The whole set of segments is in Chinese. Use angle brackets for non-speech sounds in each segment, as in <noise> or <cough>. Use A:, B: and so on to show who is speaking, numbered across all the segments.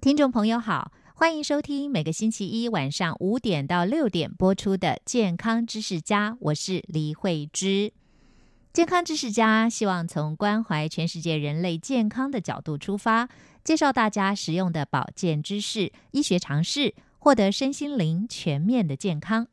A: 听众朋友好，欢迎收听每个星期一晚上五点到六点播出的《健康知识家》，我是李慧芝。健康知识家希望从关怀全世界人类健康的角度出发，介绍大家实用的保健知识、医学常识，获得身心灵全面的健康。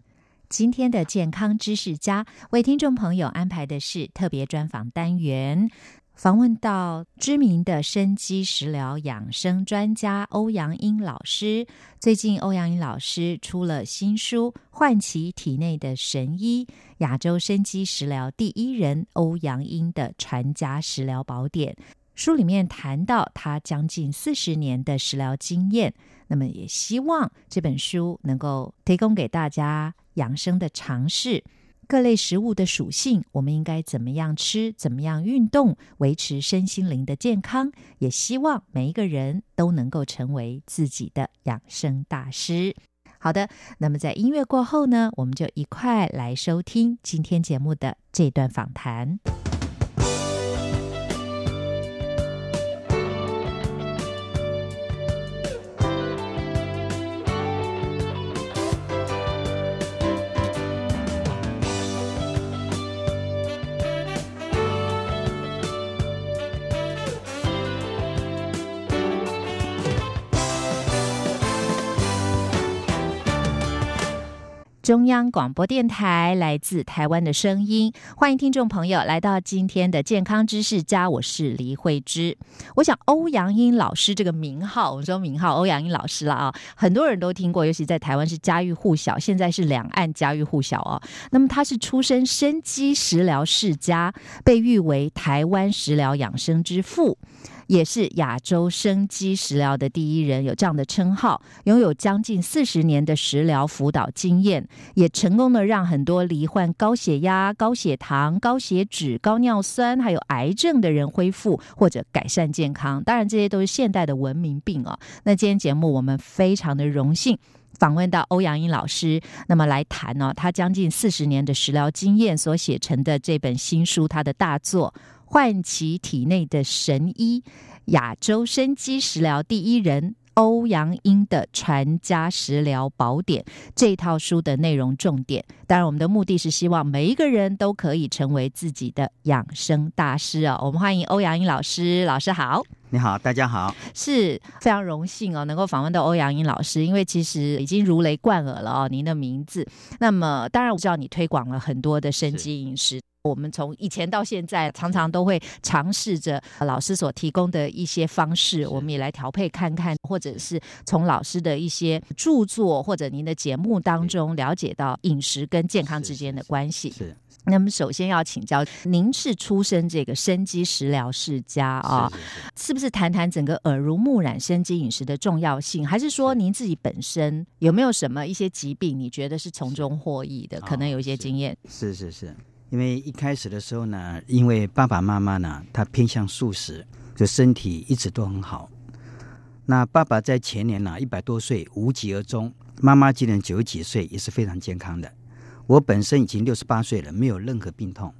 A: 今天的健康知识家为听众朋友安排的是特别专访单元。访问到知名的生肌食疗养生专家欧阳英老师。最近，欧阳英老师出了新书《唤起体内的神医：亚洲生肌食疗第一人欧阳英的传家食疗宝典》。书里面谈到他将近四十年的食疗经验，那么也希望这本书能够提供给大家养生的尝试。各类食物的属性，我们应该怎么样吃，怎么样运动，维持身心灵的健康。也希望每一个人都能够成为自己的养生大师。好的，那么在音乐过后呢，我们就一块来收听今天节目的这段访谈。中央广播电台来自台湾的声音，欢迎听众朋友来到今天的健康知识家，我是黎慧芝。我想欧阳英老师这个名号，我们说名号欧阳英老师了啊，很多人都听过，尤其在台湾是家喻户晓，现在是两岸家喻户晓哦。那么他是出身生机食疗世家，被誉为台湾食疗养生之父。也是亚洲生机食疗的第一人，有这样的称号，拥有将近四十年的食疗辅导经验，也成功的让很多罹患高血压、高血糖、高血脂、高尿酸还有癌症的人恢复或者改善健康。当然，这些都是现代的文明病哦。那今天节目我们非常的荣幸。访问到欧阳英老师，那么来谈呢、哦，他将近四十年的食疗经验所写成的这本新书，他的大作《唤起体内的神医：亚洲生机食疗第一人欧阳英的传家食疗宝典》这套书的内容重点。当然，我们的目的是希望每一个人都可以成为自己的养生大师哦。我们欢迎欧阳英老师，老师好。
B: 你好，大家好，
A: 是非常荣幸哦，能够访问到欧阳英老师，因为其实已经如雷贯耳了哦，您的名字。那么，当然我知道你推广了很多的生机饮食。我们从以前到现在，常常都会尝试着呃老师所提供的一些方式，我们也来调配看看，或者是从老师的一些著作或者您的节目当中了解到饮食跟健康之间的关系。
B: 是
A: 那么，首先要请教，您是出身这个生机食疗世家啊、
B: 是是
A: 是不是谈谈整个耳濡目染生机饮食的重要性？还是说
B: 是
A: 您自己本身有没有什么一些疾病，你觉得是从中获益的？
B: 哦
A: 可能有一些
B: 是
A: 经验。
B: 是是是，因为一开始的时候呢，因为爸爸妈妈呢，他偏向素食，就身体一直都很好。那爸爸在前年呢，一百多岁无疾而终，妈妈今年九十几岁，也是非常健康的。我本身已经六十八岁了，没有任何病痛，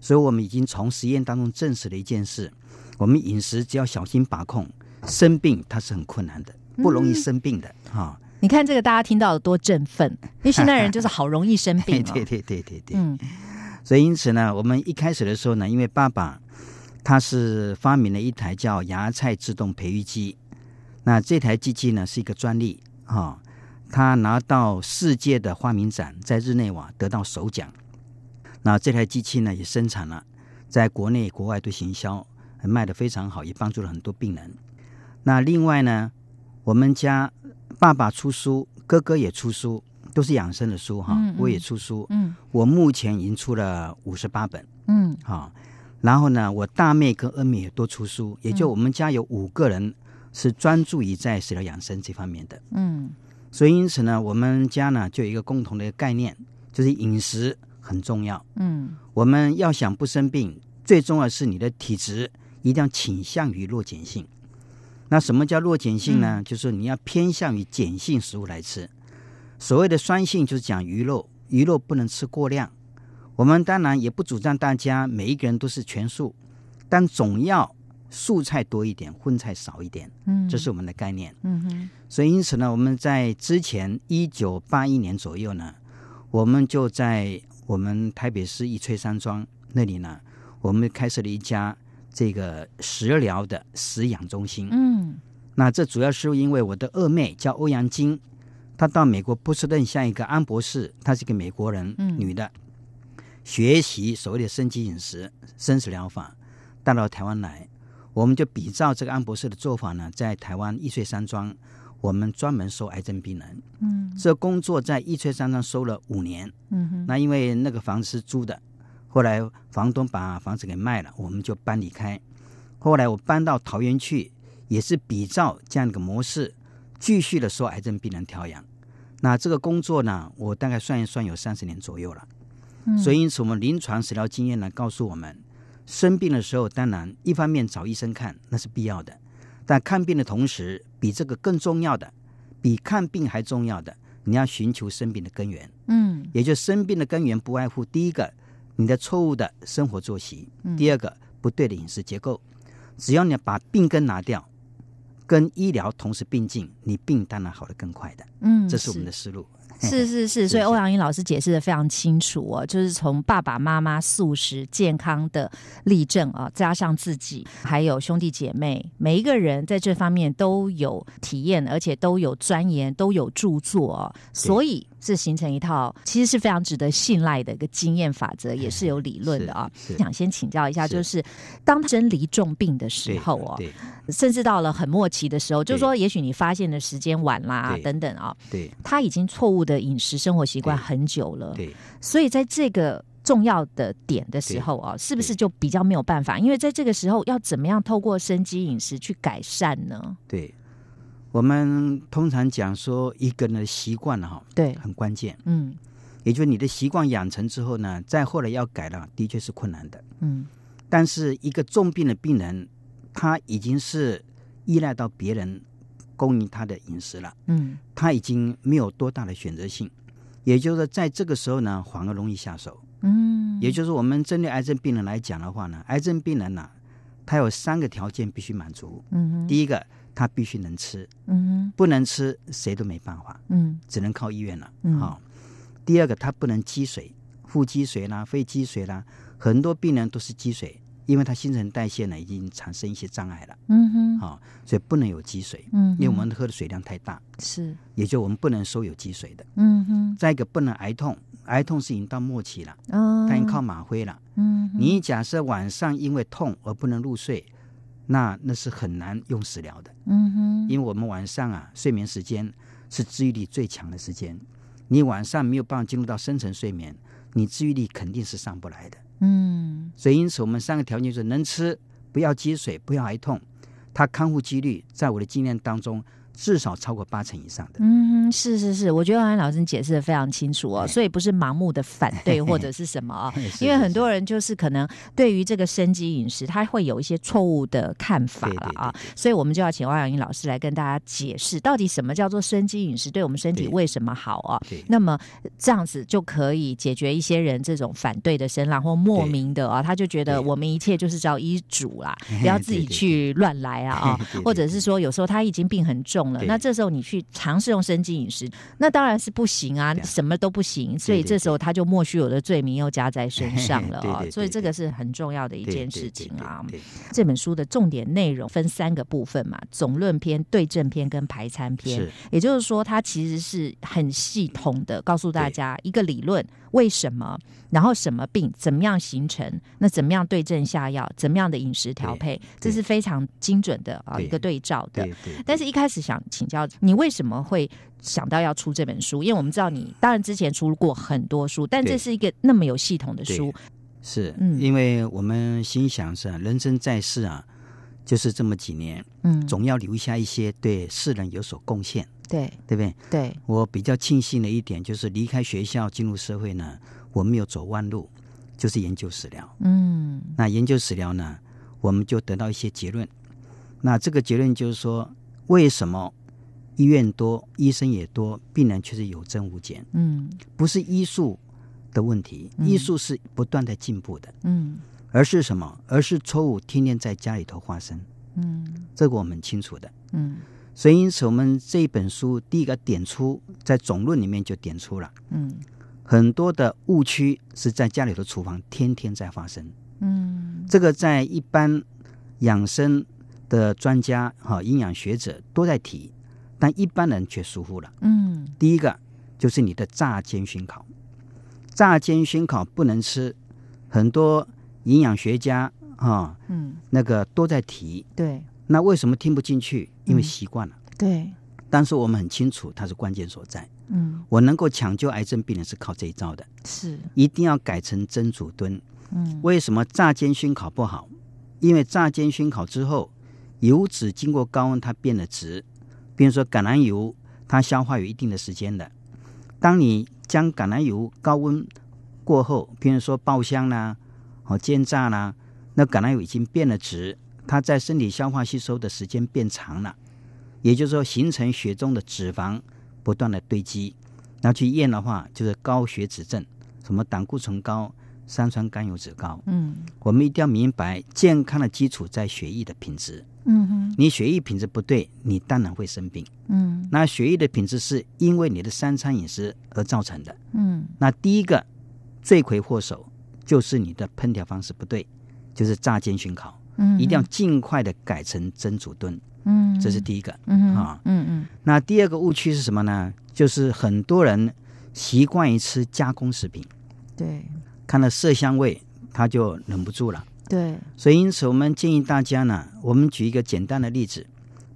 B: 所以我们已经从实验当中证实了一件事：我们饮食只要小心把控，生病它是很困难的，不容易生病的啊。
A: 你看这个大家听到的多振奋，因为现代人就是好容易生病、哦。
B: 对 <laughs> 对对对对对。
A: 嗯，
B: 所以因此呢，我们一开始的时候呢，因为爸爸他是发明了一台叫芽菜自动培育机，那这台机器呢是一个专利啊、哦他拿到世界的发明展，在日内瓦得到首奖。那这台机器呢也生产了，在国内国外都行销，卖得非常好，也帮助了很多病人。那另外呢，我们家爸爸出书，哥哥也出书，都是养生的书哈、
A: 嗯嗯
B: 我也出书，
A: 嗯
B: 我目前已经出了五十八本
A: 嗯
B: 啊。然后呢，我大妹跟恩美也都出书，也就
A: 嗯
B: 我们家有五个人是专注于在食疗养生这方面的。
A: 嗯
B: 所以因此呢，我们家呢就有一个共同的一个概念，就是饮食很重要。
A: 嗯
B: 我们要想不生病，最重要的是你的体质一定要倾向于弱碱性。那什么叫弱碱性呢？就是你要偏向于碱性食物来吃。所谓的酸性就是讲鱼肉，鱼肉不能吃过量。我们当然也不主张大家每一个人都是全素，但总要素菜多一点，荤菜少一点，
A: 嗯，
B: 这是我们的概念。
A: 嗯哼
B: 所以因此呢，我们在之前一九八一年左右呢，我们就在我们台北市一翠山庄那里呢，我们开设了一家这个食疗的食养中心。
A: 嗯
B: 那这主要是因为我的二妹叫欧阳菁，她到美国波士顿像一个安博士，她是一个美国人，
A: 嗯
B: 女的，学习所谓的生机饮食、生死疗法，带到台湾来。我们就比照这个安博士的做法呢，在台湾易翠山庄，我们专门收癌症病人。
A: 嗯
B: 这工作在易翠山庄收了五年，
A: 嗯哼
B: 那因为那个房子是租的，后来房东把房子给卖了，我们就搬离开。后来我搬到桃园去，也是比照这样一个模式，继续的收癌症病人调养。那这个工作呢，我大概算一算有三十年左右了。
A: 嗯
B: 所以，因此我们临床食疗经验呢，告诉我们，生病的时候，当然一方面找医生看那是必要的，但看病的同时，比这个更重要的，比看病还重要的，你要寻求生病的根源。
A: 嗯
B: 也就生病的根源不外乎第一个，你的错误的生活作息；
A: 嗯
B: 第二个，不对的饮食结构。只要你把病根拿掉，跟医疗同时并进，你病当然好得更快的。
A: 嗯，
B: 这是我们的思路。
A: 是是是，所以欧阳英老师解释的非常清楚哦，就是从爸爸妈妈素食健康的例证啊，加上自己还有兄弟姐妹，每一个人在这方面都有体验，而且都有钻研，都有著作、哦，所以是形成一套其实是非常值得信赖的一个经验法
B: <laughs>
A: 则，也是有理论的啊。
B: 是是
A: 想先请教一下，
B: 是
A: 就是当真离重病的时
B: 对
A: 候哦，
B: 对
A: 甚至到了很末期的时候，就是
B: 对
A: 说，也许你发现的时间晚啦
B: 对
A: 等等啊，
B: 对
A: 他已经错误的饮食生活习惯
B: 对
A: 很久了，
B: 对
A: 所以在这个重要的点的时候啊，是不是就比较没有办法？因为在这个时候要怎么样透过生机饮食去改善呢？
B: 对，我们通常讲说一个人的习惯呢哈
A: 对，
B: 很关键，
A: 嗯
B: 也就是你的习惯养成之后呢，再后来要改了，的确是困难的。
A: 嗯
B: 但是一个重病的病人，他已经是依赖到别人供应他的饮食了，
A: 嗯
B: 他已经没有多大的选择性。也就是说，在这个时候呢，反而容易下手。
A: 嗯，
B: 也就是我们针对癌症病人来讲的话呢，癌症病人呢、他有三个条件必须满足。
A: 嗯哼
B: 第一个，他必须能吃，
A: 嗯
B: 不能吃谁都没办法，
A: 哼嗯
B: 只能靠医院了。好、
A: 嗯
B: 第二个，他不能积水，腹积水啦、肺积水啦，很多病人都是积水，因为他新陈代谢呢已经产生一些障碍了，
A: 嗯哼
B: 好、所以不能有积水，
A: 嗯哼，
B: 因为我们喝的水量太大，
A: 是
B: 也就我们不能收有积水的。
A: 嗯哼
B: 再一个，不能癌痛，癌痛是已经到末期了，
A: 啊，
B: 他已经靠吗啡了。
A: 嗯哼
B: 你假设晚上因为痛而不能入睡，那那是很难用食疗的。
A: 嗯哼
B: 因为我们晚上啊，睡眠时间是治愈力最强的时间。你晚上没有办法进入到深层睡眠，你治愈力肯定是上不来的。
A: 嗯
B: 所以，因此我们三个条件就是能吃，不要积水，不要癌痛。它康复几率在我的经验当中至少超过八成以上的。
A: 嗯哼，是是是，我觉得安老师解释的非常清楚哦，所以不是盲目的反对或者是什么啊，
B: <laughs> 是
A: 因为
B: 是
A: 很
B: 是
A: 多人就是可能对于这个生机饮食，他会有一些错误的看法
B: 对对
A: 了啊，所以我们就要请汪洋英老师来跟大家解释，到底什么叫做生机饮食，对我们身体
B: 对
A: 为什么好啊？
B: 对
A: 那么这样子就可以解决一些人这种反对的声浪或莫
B: 对
A: 名的啊，他就觉得
B: 对
A: 我们一切就是照医嘱啦，不要自己
B: 对对
A: 去乱来啊啊
B: 对对，对
A: 或者是说有时候他已经病很重了，
B: 对
A: 那这时候你去尝试用生机饮食，那当然是不行啊，
B: 对啊
A: 什么都不行，所以
B: 对对
A: 这时候他就莫须有的罪名又加在身上了
B: 对对
A: 啊、
B: 对
A: 所以这
B: 对
A: 个是很重要的一
B: 对
A: 件
B: 对
A: 事
B: 对
A: 情啊。
B: 对对
A: 这本书的重点内容分三个部分嘛，总论篇、对症篇跟排餐篇
B: 是。
A: 也就是说，它其实是很系统的告诉大家一个理论为什么，然后什么病怎么样形成，那怎么样对症下药，怎么样的饮食调配，这
B: 对
A: 是非常精准的啊
B: 对
A: 一个对照的
B: 对。对对，
A: 但是，一开始想请教你，为什么会想到要出这本书？因为我们知道你当然之前出过很多书，但这
B: 对
A: 是一个那么有系统的书。
B: 是，
A: 嗯
B: 因为我们心想是、啊、人生在世啊，就是这么几年，
A: 嗯，
B: 总要留下一些对世人有所贡献，
A: 对
B: 对不对？
A: 对，
B: 我比较庆幸的一点就是离开学校进入社会呢，我没有走弯路，就是研究史料。
A: 嗯
B: 那研究史料呢，我们就得到一些结论。那这个结论就是说，为什么医院多，医生也多，病人却是有增无减？
A: 嗯
B: 不是医术的问题，
A: 嗯
B: 医术是不断的进步的，
A: 嗯
B: 而是什么？而是错误天天在家里头发生，
A: 嗯
B: 这个我们很清楚的。
A: 嗯
B: 所以，因此我们这一本书第一个点出，在总论里面就点出了。
A: 嗯
B: 很多的误区是在家里的厨房天天在发生。
A: 嗯
B: 这个在一般养生的专家哈、营养学者都在提，但一般人却疏忽了。
A: 嗯
B: 第一个就是你的炸煎熏烤，炸煎熏烤不能吃，很多营养学家啊、
A: 嗯，
B: 那个都在提，
A: 对
B: 那为什么听不进去？因为
A: 嗯
B: 习惯了。
A: 对，
B: 但是我们很清楚它是关键所在，
A: 嗯
B: 我能够抢救癌症病人是靠这一招的，
A: 是，
B: 一定要改成蒸煮炖。
A: 嗯
B: 为什么炸煎熏烤不好？因为炸煎熏烤之后，油脂经过高温它变得直，比如说橄榄油，它消化有一定的时间的。当你将橄榄油高温过后，比如说爆香啦、哦煎炸啦、那橄榄油已经变得直，它在身体消化吸收的时间变长了，也就是说形成血中的脂肪不断的堆积，那去验的话就是高血脂症，什么胆固醇高、三酸甘油酯高。
A: 嗯
B: 我们一定要明白，健康的基础在血液的品质。
A: 嗯哼
B: 你血液品质不对，你当然会生病。
A: 嗯
B: 那血液的品质是因为你的三餐饮食而造成的。
A: 嗯
B: 那第一个罪魁祸首就是你的烹调方式不对，就是炸煎熏烤，
A: 嗯，
B: 一定要尽快的改成蒸煮炖，
A: 嗯，
B: 这是第一个。
A: 嗯
B: 啊
A: 嗯嗯
B: 那第二个误区是什么呢？就是很多人习惯于吃加工食品，
A: 对
B: 看到色香味他就忍不住了。
A: 对
B: 所以，因此我们建议大家呢，我们举一个简单的例子：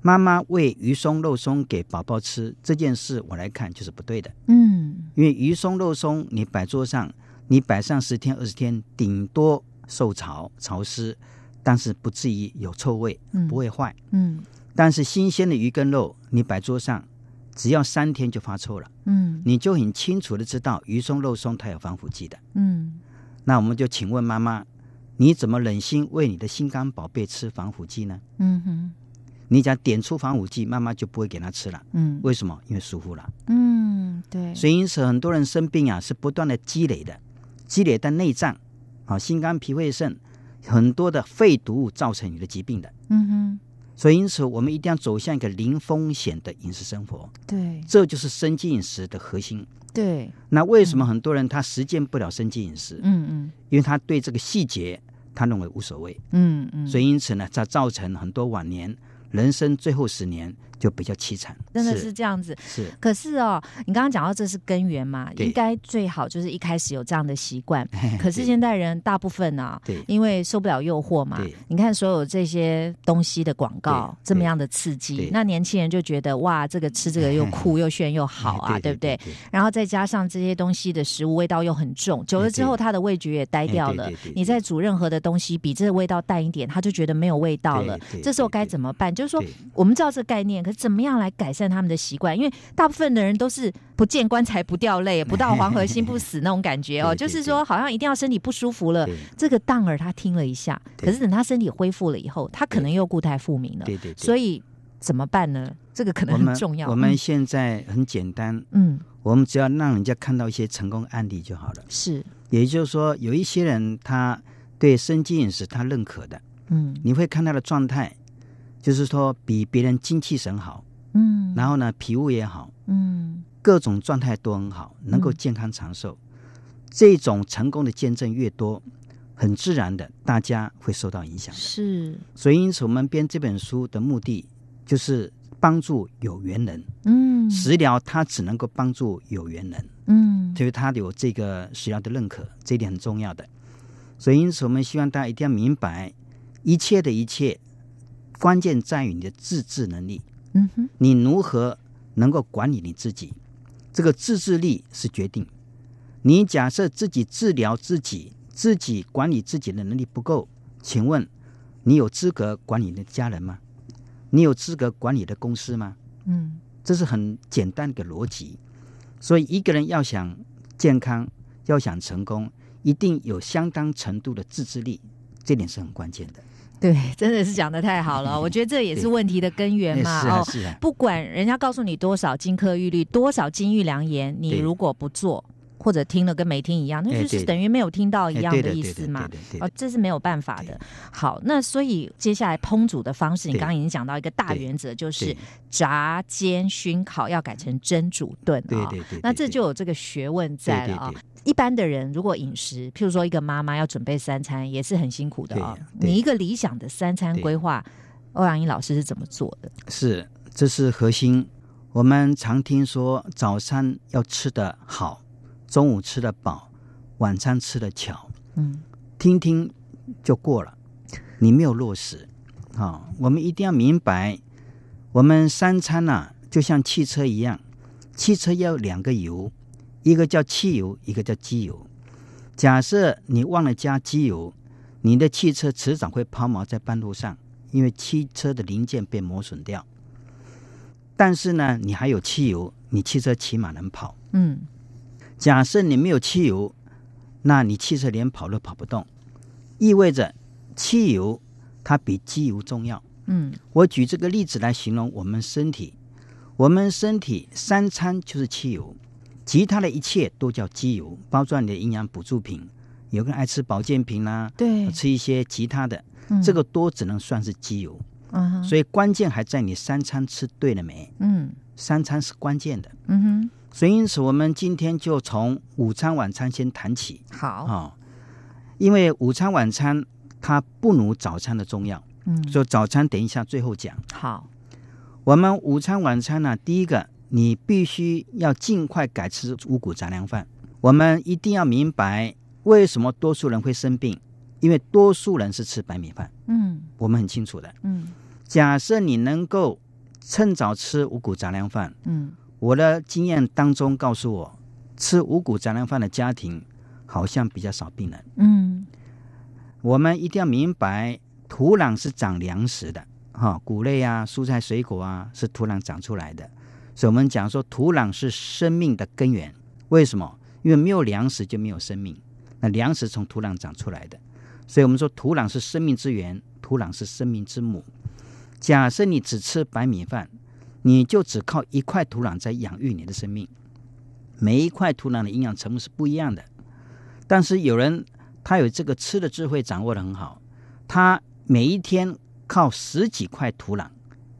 B: 妈妈喂鱼松肉松给宝宝吃这件事，我来看就是不对的。
A: 嗯
B: 因为鱼松肉松你摆桌上，你摆上十天二十天，顶多受潮潮湿，但是不至于有臭味，
A: 嗯
B: 不会坏。
A: 嗯
B: 但是新鲜的鱼跟肉，你摆桌上，只要三天就发臭了，
A: 嗯
B: 你就很清楚的知道鱼松肉松它有防腐剂的。
A: 嗯
B: 那我们就请问妈妈，你怎么忍心喂你的心肝宝贝吃防腐剂呢？
A: 嗯哼
B: 你只要点出防腐剂，妈妈就不会给他吃了。
A: 嗯
B: 为什么？因为疏忽了。
A: 嗯对，
B: 所以因此很多人生病啊，是不断的积累的，积累在内脏啊、心肝、脾胃、肾很多的肺毒物造成你的疾病的。
A: 嗯哼
B: 所以因此我们一定要走向一个零风险的饮食生活，
A: 对
B: 这就是生计饮食的核心。
A: 对
B: 那为什么很多人他实践不了生计饮食？
A: 嗯
B: 因为他对这个细节他认为无所谓，
A: 嗯嗯嗯，
B: 所以因此呢，它造成很多晚年人生最后十年就比较凄惨。
A: 真的是这样子。
B: 是 <laughs>
A: 可是哦，你刚刚讲到这是根源嘛，
B: 对
A: 应该最好就是一开始有这样的习惯。
B: 是，
A: 可是
B: 对
A: 现代人大部分啊，
B: 对
A: 因为受不了诱惑嘛
B: 对。
A: 你看所有这些东西的广告，
B: 对
A: 这么样的刺激
B: 对，
A: 那年轻人就觉得哇，这个吃这个又
B: <laughs>
A: 酷又炫又好啊，
B: 哎
A: 对
B: 对
A: 不对？？然后再加上这些东西的食物味道又很重，久了之后
B: 对
A: 他的味觉也呆掉
B: 哎
A: 了
B: 对对对。
A: 你再煮任何的东西比这个味道淡一点，他就觉得没有味道了
B: 对对。
A: 这时候
B: 对
A: 该
B: 对
A: 怎么办？就是说
B: 对，
A: 我们知道这个概念，可是怎么样来改善他们的习惯？因为大部分的人都是不见棺材不掉泪，不到黄河心不死那种感觉哦，
B: 对对
A: 就是说好像一定要身体不舒服了
B: 对。
A: 这个当儿他听了一下，
B: 对
A: 可是等他身体恢复了以后，他可能又固态复明了。
B: 对对对
A: 呃所以怎么办呢？这个可
B: 我
A: 能很
B: 们
A: 重要。
B: 我们现在很简单，
A: 嗯
B: 我们只要让人家看到一些成功案例就好了。
A: 是
B: 也就是说，有一些人他对生机饮食他认可的，
A: 嗯
B: 你会看他的状态，就是说比别人精气神好，
A: 嗯
B: 然后呢皮肤也好，
A: 嗯。
B: 各种状态都很好，能够
A: 嗯
B: 健康长寿。这种成功的见证越多，很自然的大家会受到影响的。
A: 是，
B: 所以，因此我们编这本书的目的就是帮助有缘人。
A: 嗯，
B: 食疗它只能够帮助有缘人，
A: 嗯，
B: 所以它有这个食疗的认可，这一点很重要的。所以，因此我们希望大家一定要明白，一切的一切，关键在于你的自制能力，
A: 嗯哼，
B: 你如何能够管理你自己，这个自制力是决定。你假设自己治疗自己、自己管理自己的能力不够，请问你有资格管理你的家人吗？你有资格管理的公司吗？
A: 嗯
B: 这是很简单的逻辑。所以，一个人要想健康，要想成功，一定有相当程度的自制力，这点是很关键的。
A: 对，真的是讲的太好了，我觉得这也是问题的根源嘛。哦
B: 嗯是啊，是啊，
A: 不管人家告诉你多少金科玉律、多少金玉良言，你
B: 对
A: 如果不做，或者听了跟没听一样，那
B: 哎
A: 就是
B: 对
A: 等于没有听到一
B: 哎
A: 样
B: 对
A: 的意
B: 对
A: 思
B: 对
A: 嘛。
B: 对对对
A: 哦，这是没有办法的
B: 对。
A: 好，那所以接下来烹煮的方式，你
B: 对
A: 刚刚已经讲到一个大
B: 对
A: 原则，就是
B: 对
A: 炸、煎、熏、烤要改成蒸、煮、炖啊、
B: 对对对对
A: 那这
B: 对
A: 就有这个学问在了啊、
B: 对对
A: 一般的人如果饮食，譬如说一个妈妈要准备三餐，也是很辛苦的啊、
B: 对呀对
A: 你一个理想的三餐
B: 对
A: 规划，欧阳英老师是怎么做的？
B: 是，这是核心。我们常听说早餐要吃得好，中午吃得饱，晚餐吃得巧，
A: 嗯，
B: 听听就过了，你没有落实。好、我们一定要明白，我们三餐呐、啊就像汽车一样，汽车要有两个油，一个叫汽油，一个叫机油。假设你忘了加机油，你的汽车迟早会抛锚在半路上，因为汽车的零件被磨损掉。但是呢，你还有汽油，你汽车起码能跑。
A: 嗯，
B: 假设你没有汽油，那你汽车连跑都跑不动，意味着汽油它比机油重要。
A: 嗯，
B: 我举这个例子来形容我们身体，我们身体三餐就是汽油，其他的一切都叫机油，包括你的营养补助品，有个人爱吃保健品啦、
A: 对，
B: 吃一些其他的，
A: 嗯
B: 这个多只能算是机油。
A: 嗯哼
B: 所以关键还在你三餐吃对了没，
A: 嗯
B: 三餐是关键的。
A: 嗯
B: 所以因此我们今天就从午餐、晚餐先谈起。
A: 哼，好，
B: 哦，因为午餐晚餐它不如早餐的重要，
A: 嗯，
B: 所以早餐等一下最后讲。
A: 好，
B: 我们午餐晚餐呢、第一个你必须要尽快改吃五谷杂粮饭。我们一定要明白为什么多数人会生病，因为多数人是吃白米饭，
A: 嗯
B: 我们很清楚的。
A: 嗯
B: 假设你能够趁早吃五谷杂粮饭，
A: 嗯
B: 我的经验当中告诉我，吃五谷杂粮饭的家庭好像比较少病人。
A: 嗯
B: 我们一定要明白，土壤是长粮食的，哈、谷类啊、蔬菜、水果啊，是土壤长出来的。所以我们讲说，土壤是生命的根源。为什么？因为没有粮食就没有生命。那粮食从土壤长出来的，所以我们说土壤是生命之源，土壤是生命之母。假设你只吃白米饭，你就只靠一块土壤在养育你的生命。每一块土壤的营养成分是不一样的，但是有人他有这个吃的智慧掌握的很好，他每一天靠十几块土壤，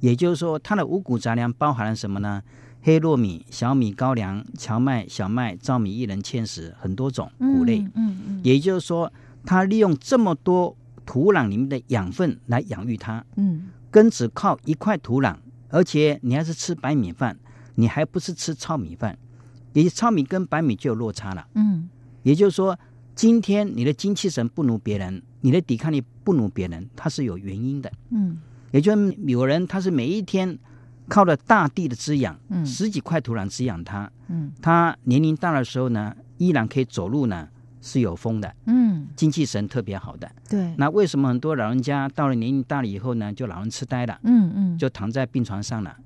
B: 也就是说，他的五谷杂粮包含了什么呢？黑糯米、小米、高粱、荞麦、小麦、糙米、薏仁、芡实，很多种
A: 嗯，
B: 谷类。
A: 嗯嗯
B: 也就是说，他利用这么多土壤里面的养分来养育它，
A: 嗯
B: 跟只靠一块土壤，而且你还是吃白米饭，你还不是吃糙米饭，也就是糙米跟白米就有落差了。
A: 嗯
B: 也就是说，今天你的精气神不如别人，你的抵抗力不如别人，它是有原因的。
A: 嗯
B: 也就是有人他是每一天靠着大地的滋养，
A: 嗯
B: 十几块土壤滋养他，
A: 嗯
B: 他年龄大的时候呢，依然可以走路呢，是有风的，
A: 嗯，
B: 精气神特别好的。
A: 对，
B: 那为什么很多老人家到了年龄大了以后呢，就老人痴呆了，
A: 嗯嗯
B: 就躺在病床上了？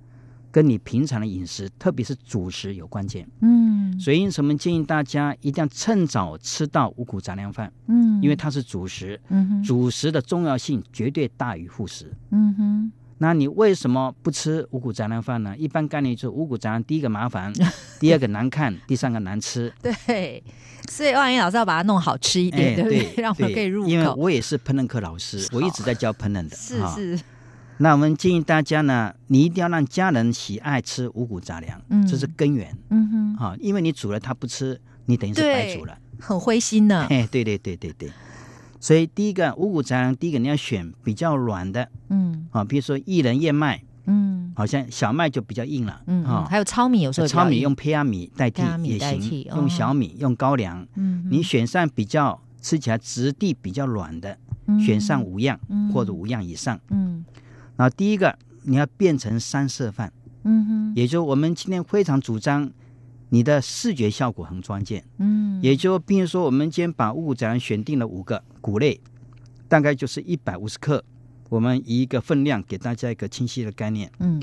B: 跟你平常的饮食，特别是主食有关键。
A: 嗯
B: 所以，因此我们建议大家一定要趁早吃到五谷杂粮饭。
A: 嗯，
B: 因为它是主食，
A: 嗯哼
B: 主食的重要性绝对大于副食。
A: 嗯哼
B: 那你为什么不吃五谷杂粮饭呢？一般概念就是五谷杂粮，第一个
A: <laughs>
B: 麻烦，第二个难看，第三个难吃。
A: 对，所以万一老师要把它弄好吃一点，对不
B: 哎
A: <laughs>
B: 对，
A: 让我们可以入
B: 因为
A: 口，
B: 我也是烹饪课老师，我一直在教烹饪的。
A: 是
B: 啊
A: 是，
B: 那我们建议大家呢，你一定要让家人喜爱吃五谷杂粮，
A: 嗯
B: 这是根源
A: 嗯哼，
B: 啊。因为你煮了他不吃，你等于是白煮了。
A: 很灰心呢，
B: 哎， <laughs> 对对对对对。所以第一个五谷杂粮，第一个你要选比较软的
A: 嗯
B: 啊，比如说薏仁、燕麦。
A: 嗯
B: 好像小麦就比较硬了，
A: 嗯，
B: 啊、
A: 还有糙米有时候也比较
B: 糙米
A: 硬
B: 用胚芽米代替
A: 胚芽米
B: 也
A: 代
B: 行，
A: 替哦
B: 用小米、用高粱，
A: 嗯哼
B: 你选上比较吃起来质地比较软的，选上五样、
A: 嗯
B: 或者五样以上。
A: 嗯
B: 然后第一个你要变成三色饭，
A: 嗯嗯哼，
B: 也就我们今天非常主张你的视觉效果很关键。
A: 嗯，
B: 也就比如说，我们今天把物展选定了五个谷类，大概就是一百五十克。我们以一个分量给大家一个清晰的概念，
A: 嗯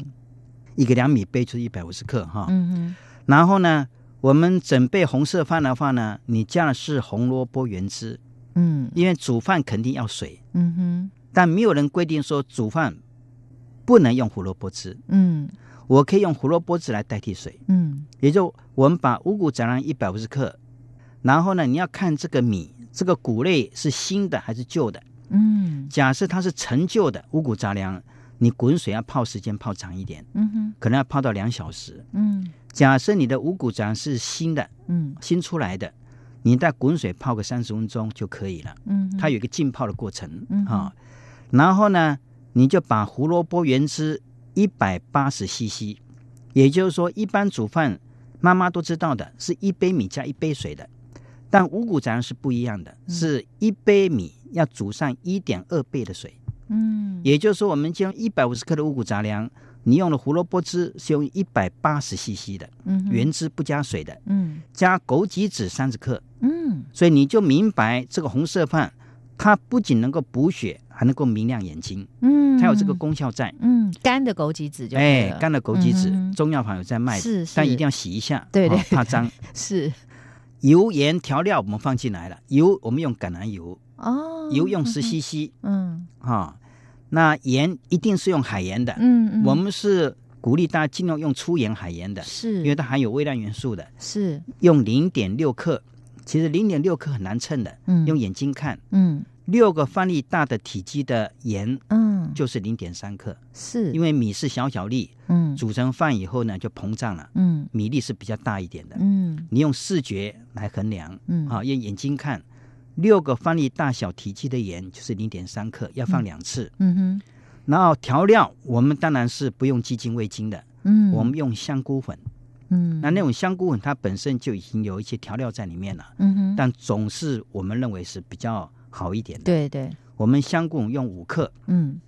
B: 一个两米杯就是一百五十克哈。
A: 嗯
B: 然后呢，我们准备红色饭的话呢，你加的是红萝卜原汁，
A: 哼，嗯
B: 因为煮饭肯定要水，
A: 嗯哼，
B: 但没有人规定说煮饭不能用胡萝卜汁，
A: 嗯
B: 我可以用胡萝卜汁来代替水。
A: 嗯
B: 也就我们把五谷杂粮一百五十克，然后呢，你要看这个米这个谷类是新的还是旧的。
A: 嗯
B: 假设它是陈旧的五谷杂粮，你滚水要泡时间泡长一点，
A: 嗯哼，
B: 可能要泡到两小时。
A: 嗯
B: 假设你的五谷杂粮是新的
A: 嗯
B: 新出来的，你在滚水泡个三十分钟就可以了。
A: 嗯，
B: 它有一个浸泡的过程
A: 嗯
B: 啊、然后呢，你就把胡萝卜原汁一百八十 CC，也就是说，一般煮饭妈妈都知道的是一杯米加一杯水的，但五谷杂粮是不一样
A: 嗯
B: 的，是一杯米要煮上一点二倍的水。
A: 嗯
B: 也就是说，我们将一百五十克的五谷杂粮，你用的胡萝卜汁是用一百八十 CC 的
A: 嗯
B: 原汁不加水的，
A: 嗯
B: 加枸杞子三十克，
A: 嗯
B: 所以你就明白这个红色饭，它不仅能够补血，还能够明亮眼睛，
A: 嗯，
B: 它有这个功效在。
A: 嗯干的枸杞子就
B: 哎，干
A: 的
B: 的枸杞子，
A: 嗯哼
B: 中药房有在卖的，
A: 是是
B: 但一定要洗一下，
A: 对对
B: 哦
A: <laughs>
B: 怕脏。
A: 是
B: 油盐调料我们放进来了，油我们用橄榄油，
A: 哦，
B: 油用十 CC
A: 嗯
B: 哈、那盐一定是用海盐的，
A: 嗯嗯，
B: 我们是鼓励大家尽量用粗盐海盐的，
A: 是
B: 因为它含有微量元素的，
A: 是
B: 用零点六克，其实零点六克很难称的，
A: 嗯
B: 用眼睛看，
A: 嗯
B: 六个饭粒大的体积的盐
A: 嗯
B: 就是零点三克，
A: 是
B: 因为米是小小粒，
A: 嗯
B: 煮成饭以后呢就膨胀了，
A: 嗯
B: 米粒是比较大一点的。
A: 嗯
B: 你用视觉来衡量，
A: 嗯
B: 啊，用眼睛看，六个饭粒大小体积的盐就是零点三克，要放两次。
A: 嗯哼
B: 然后调料我们当然是不用鸡精、味精的，
A: 嗯
B: 我们用香菇粉。
A: 嗯
B: 那那种香菇粉它本身就已经有一些调料在里面了，
A: 嗯哼
B: 但总是我们认为是比较好一点的。
A: 对对
B: 我们香菇粉用五克，
A: 嗯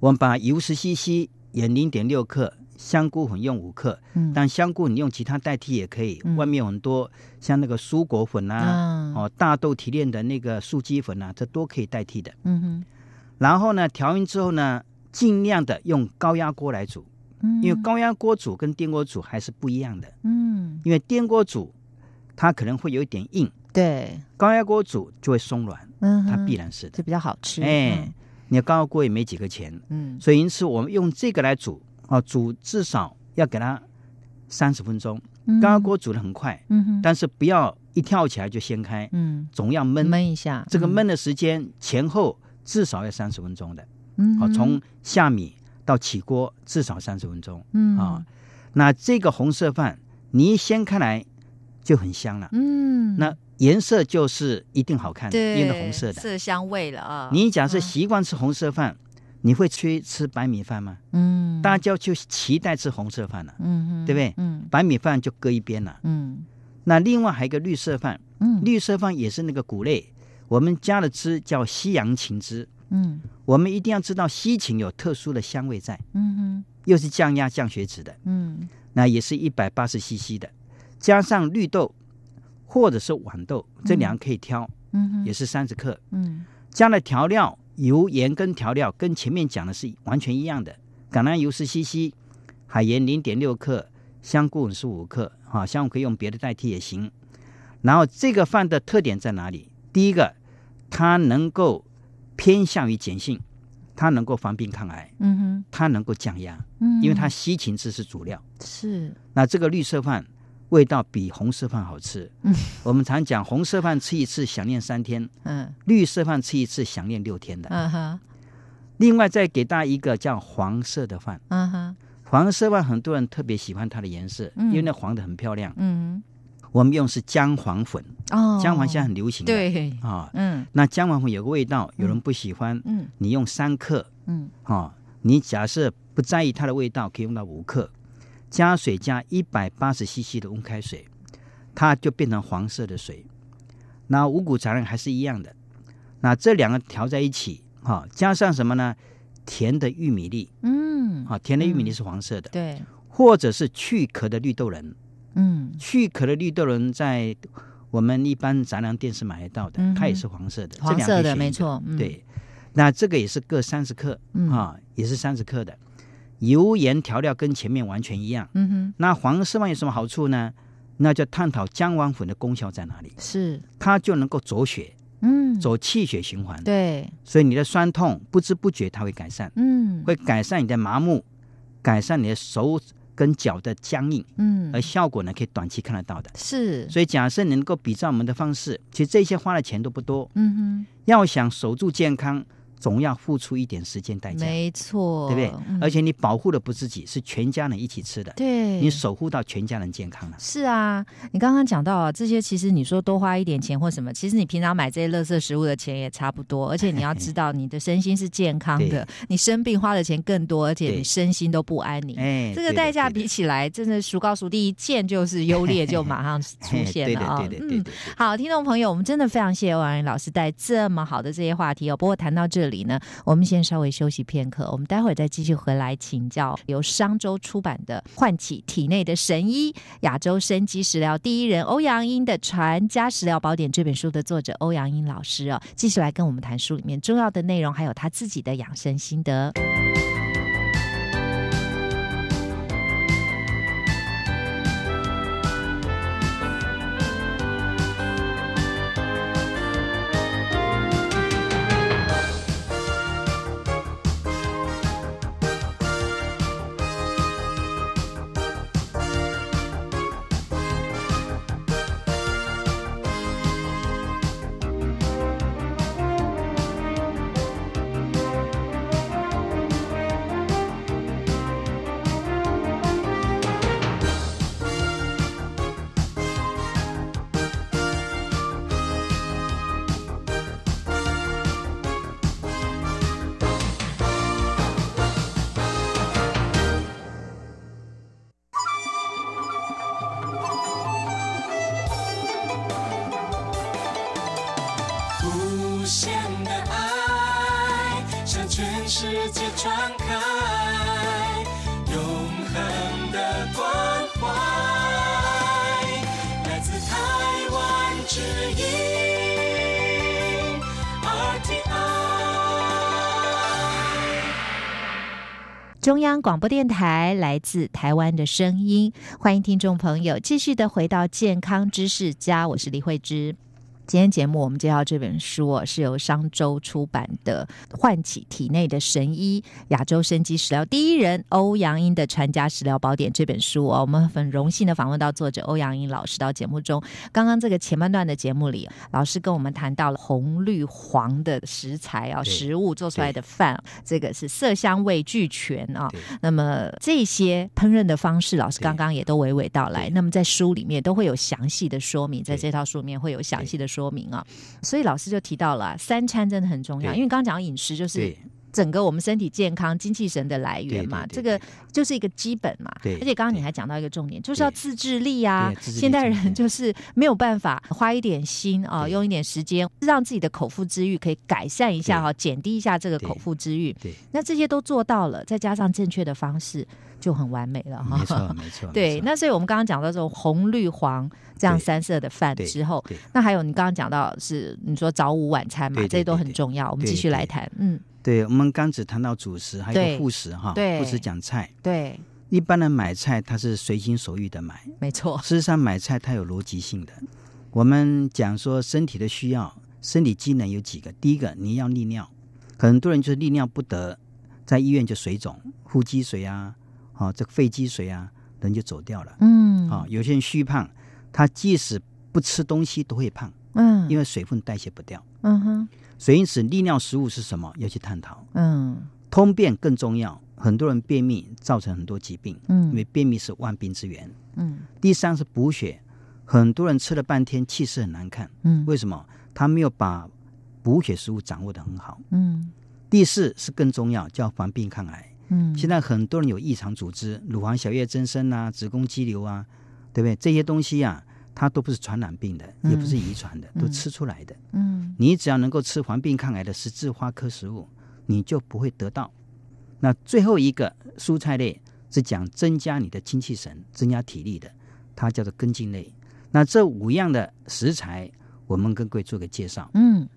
B: 我们把油十 CC，盐零点六克，香菇粉用五克，
A: 嗯
B: 但香菇你用其他代替也可以。
A: 嗯
B: 外面有很多像那个蔬果粉啊，
A: 啊
B: 哦大豆提炼的那个素鸡粉啊，这都可以代替的。
A: 嗯哼
B: 然后呢，调匀之后呢，尽量的用高压锅来煮，
A: 嗯
B: 因为高压锅煮跟电锅煮还是不一样的。
A: 嗯
B: 因为电锅煮它可能会有一点硬，
A: 对
B: 高压锅煮就会松软，
A: 嗯
B: 它
A: 哼
B: 必然是的。
A: 就比较好吃
B: 哎，你的高压锅也没几个钱，
A: 嗯
B: 所以因此我们用这个来煮啊，煮至少要给它三十分钟。
A: 嗯
B: 高压锅煮的很快，
A: 嗯哼
B: 但是不要一跳起来就掀开，
A: 嗯
B: 总要焖。
A: 焖一下嗯
B: 这个焖的时间前后至少要三十分钟的，
A: 嗯
B: 好、
A: 嗯
B: 从下米到起锅至少三十分钟
A: 嗯
B: 啊。那这个红色饭你一掀开来就很香了，
A: 嗯
B: 那颜色就是一定好看的，
A: 对
B: 因为红色的。
A: 色香味了啊
B: 你假设
A: 嗯
B: 习惯吃红色饭，你会去吃白米饭吗？
A: 嗯
B: 大家就期待吃红色饭了，
A: 嗯哼
B: 对不对
A: 嗯
B: 白米饭就搁一边了。
A: 嗯
B: 那另外还有一个绿色饭，
A: 嗯
B: 绿色饭也是那个谷类，我们加了汁叫西洋芹汁。
A: 嗯
B: 我们一定要知道西芹有特殊的香味在，
A: 嗯哼
B: 又是降压降血脂的，
A: 嗯
B: 那也是一百八十 CC 的，加上绿豆或者是豌豆，这两个可以挑，
A: 嗯哼
B: 也是三十克。
A: 嗯
B: 加了调料油盐跟调料跟前面讲的是完全一样的，橄榄油十 CC，海盐零点六克，香菇是五克，啊，香菇可以用别的代替也行。然后这个饭的特点在哪里？第一个，它能够偏向于碱性，它能够防病抗癌，
A: 嗯哼
B: 它能够降压，
A: 嗯
B: 因为它西芹汁是主料。
A: 是
B: 那这个绿色饭味道比红色饭好吃。
A: 嗯，
B: 我们常讲红色饭吃一次想念三天，
A: 嗯
B: 绿色饭吃一次想念六天的。
A: 嗯哈
B: 另外再给大家一个叫黄色的饭，
A: 嗯哈
B: 黄色饭很多人特别喜欢它的颜色，
A: 嗯
B: 因为那黄的很漂亮。
A: 嗯
B: 我们用是姜黄粉，
A: 哦
B: 姜黄现在很流行的。
A: 对
B: 啊、
A: 嗯
B: 那姜黄粉有个味道，有人不喜欢，
A: 嗯
B: 你用三克
A: 嗯
B: 啊、你假设不在意它的味道，可以用到五克，加水加一百八十 CC 的温开水，它就变成黄色的水。那五谷杂粮还是一样的，那这两个调在一起，啊哈、加上什么呢？甜的玉米粒，
A: 嗯
B: 啊，甜的玉米粒是黄色的，
A: 对
B: 或者是去壳的绿豆仁。
A: 嗯
B: 去壳的绿豆仁在我们一般杂粮店是买得到的，
A: 嗯哼
B: 它也是黄色的，
A: 黄
B: 这两个
A: 色的
B: 选一
A: 没
B: 个
A: 错嗯
B: 对，那这个也是各三十克、
A: 嗯
B: 啊，也是三十克的。油盐调料跟前面完全一样。
A: 嗯哼，
B: 那黄丝袜有什么好处呢？那就探讨姜黄粉的功效在哪里，
A: 是，
B: 它就能够走血、
A: 嗯，
B: 走气血循环，
A: 对，
B: 所以你的酸痛不知不觉它会改善，
A: 嗯，
B: 会改善你的麻木，改善你的手跟脚的僵硬，
A: 嗯
B: 而，效果呢可以短期看得到的。
A: 是，
B: 所以假设你能够比照我们的方式，其实这些花的钱都不多。
A: 嗯
B: 要想守住健康，总要付出一点时间代
A: 哼，
B: 价，
A: 没错，
B: 对不对？
A: 嗯
B: 而且你保护的不自己，是全家人一起吃的，
A: 对，
B: 你守护到全家人健康了。
A: 是啊，你刚刚讲到啊，这些其实你说多花一点钱或什么，其实你平常买这些垃圾食物的钱也差不多，而且你要知道你的身心是健康的，你生病花的钱更多，而且
B: 对
A: 你身心都不安宁。
B: 哎，
A: 这
B: 对
A: 个
B: 的
A: 代价
B: 对的
A: 比起来，真的孰高孰低，见就是优劣就马上出
B: <laughs> 嘿
A: 现了啊、
B: 哎对的，对的，对的。对的
A: 好，听众朋友，我们真的非常谢谢王仁老师带这么好的这些话题哦。不过谈到这里呢，我们先稍微休息片刻，我们待会儿再继续回来请教由商周出版的《唤起体内的神医：亚洲生机食疗第一人欧阳英的传家食疗宝典》这本书的作者欧阳英老师哦，继续来跟我们谈书里面重要的内容，还有他自己的养生心得。
C: 无限的爱向全世界传开，永恒的关怀，来自台湾之音 RTI。
A: 中央广播电台来自台湾的声音，欢迎听众朋友继续的回到健康知识家，我是李慧芝。今天节目我们介绍这本书哦，是由商周出版的《唤起体内的神医：亚洲生机食疗第一人欧阳英的传家食疗宝典》这本书哦。我们很荣幸的访问到作者欧阳英老师到节目中。刚刚这个前半段的节目里，老师跟我们谈到了红、绿、黄的食材啊、哦，
B: 对
A: 食物做出来的饭，这个是色香味俱全啊、
B: 对
A: 那么这些烹饪的方式，老师
B: 对
A: 刚刚也都娓娓道来。
B: 对
A: 那么在书里面都会有详细的说明，在
B: 对
A: 这套书里面会有详细的说明啊。所以老师就提到了啊、三餐真的很重要，
B: 对
A: 因为刚刚讲饮食就是
B: 对
A: 整个我们身体健康、精气神的来源嘛，
B: 对
A: 这
B: 对
A: 个
B: 对
A: 就是一个基本嘛。
B: 对
A: 而且刚刚你
B: 对
A: 还讲到一个重点，就是要
B: 对
A: 自制力啊
B: 对。自制力
A: 现代
B: 真的
A: 人就是没有办法花一点心啊，
B: 对
A: 用一点时间，让自己的口腹之欲可以改善一下
B: 对
A: 哈，减低一下这个
B: 对
A: 口腹之欲。
B: 对，
A: 那这些都做到了，再加上正确的方式，就很完美了哈。
B: 没
A: <laughs>
B: 错，没错。
A: 哦对
B: 没，错
A: 那所以我们刚刚讲到这种红、绿、黄这样
B: 对
A: 三色的饭
B: 对
A: 之后，
B: 对
A: 那还有你刚刚讲到是你说早午晚餐嘛，
B: 对对
A: 这些都
B: 对
A: 很
B: 对
A: 重要，我们继
B: 对
A: 续来
B: 对
A: 谈。嗯，
B: 对，我们刚只谈到主食，还
A: 对
B: 有副食哈。
A: 对
B: 副食讲菜，
A: 对，
B: 一般人买菜他是随心所欲的买，
A: 没错，
B: 事实上买菜它有逻辑性的。我们讲说身体的需要，生理机能有几个？第一个你要利尿，很多人就是利尿不得，在医院就水肿，腹积水啊，啊、这个肺积水啊，人就走掉了。
A: 嗯，
B: 啊、有些人虚胖，他即使不吃东西都会胖，
A: 嗯，
B: 因
A: 为
B: 为水分代谢不掉。
A: 嗯哼，
B: 所以因此利尿食物是什么要去探讨，
A: 嗯
B: 通便更重要。很多人便秘造成很多疾病，因
A: 嗯
B: 为便秘是万病之源。
A: 嗯
B: 第三是补血，很多人吃了半天气色很难看，
A: 嗯
B: 为什么？他没有把补血食物掌握得很好。
A: 嗯
B: 第四是更重要，叫防病抗癌。
A: 嗯，
B: 现在很多人有异常组织，乳房小叶增生啊，子宫肌瘤啊，对不对？这些东西啊，它都不是传染病的，
A: 嗯
B: 也不是遗传的，
A: 嗯
B: 都吃出来的。
A: 嗯
B: 你只要能够吃防病抗癌的十字花科食物，你就不会得到。那最后一个蔬菜类是讲增加你的精气神、增加体力的，它叫做根茎类。那这五样的食材，我们跟各位做个介绍。
A: 嗯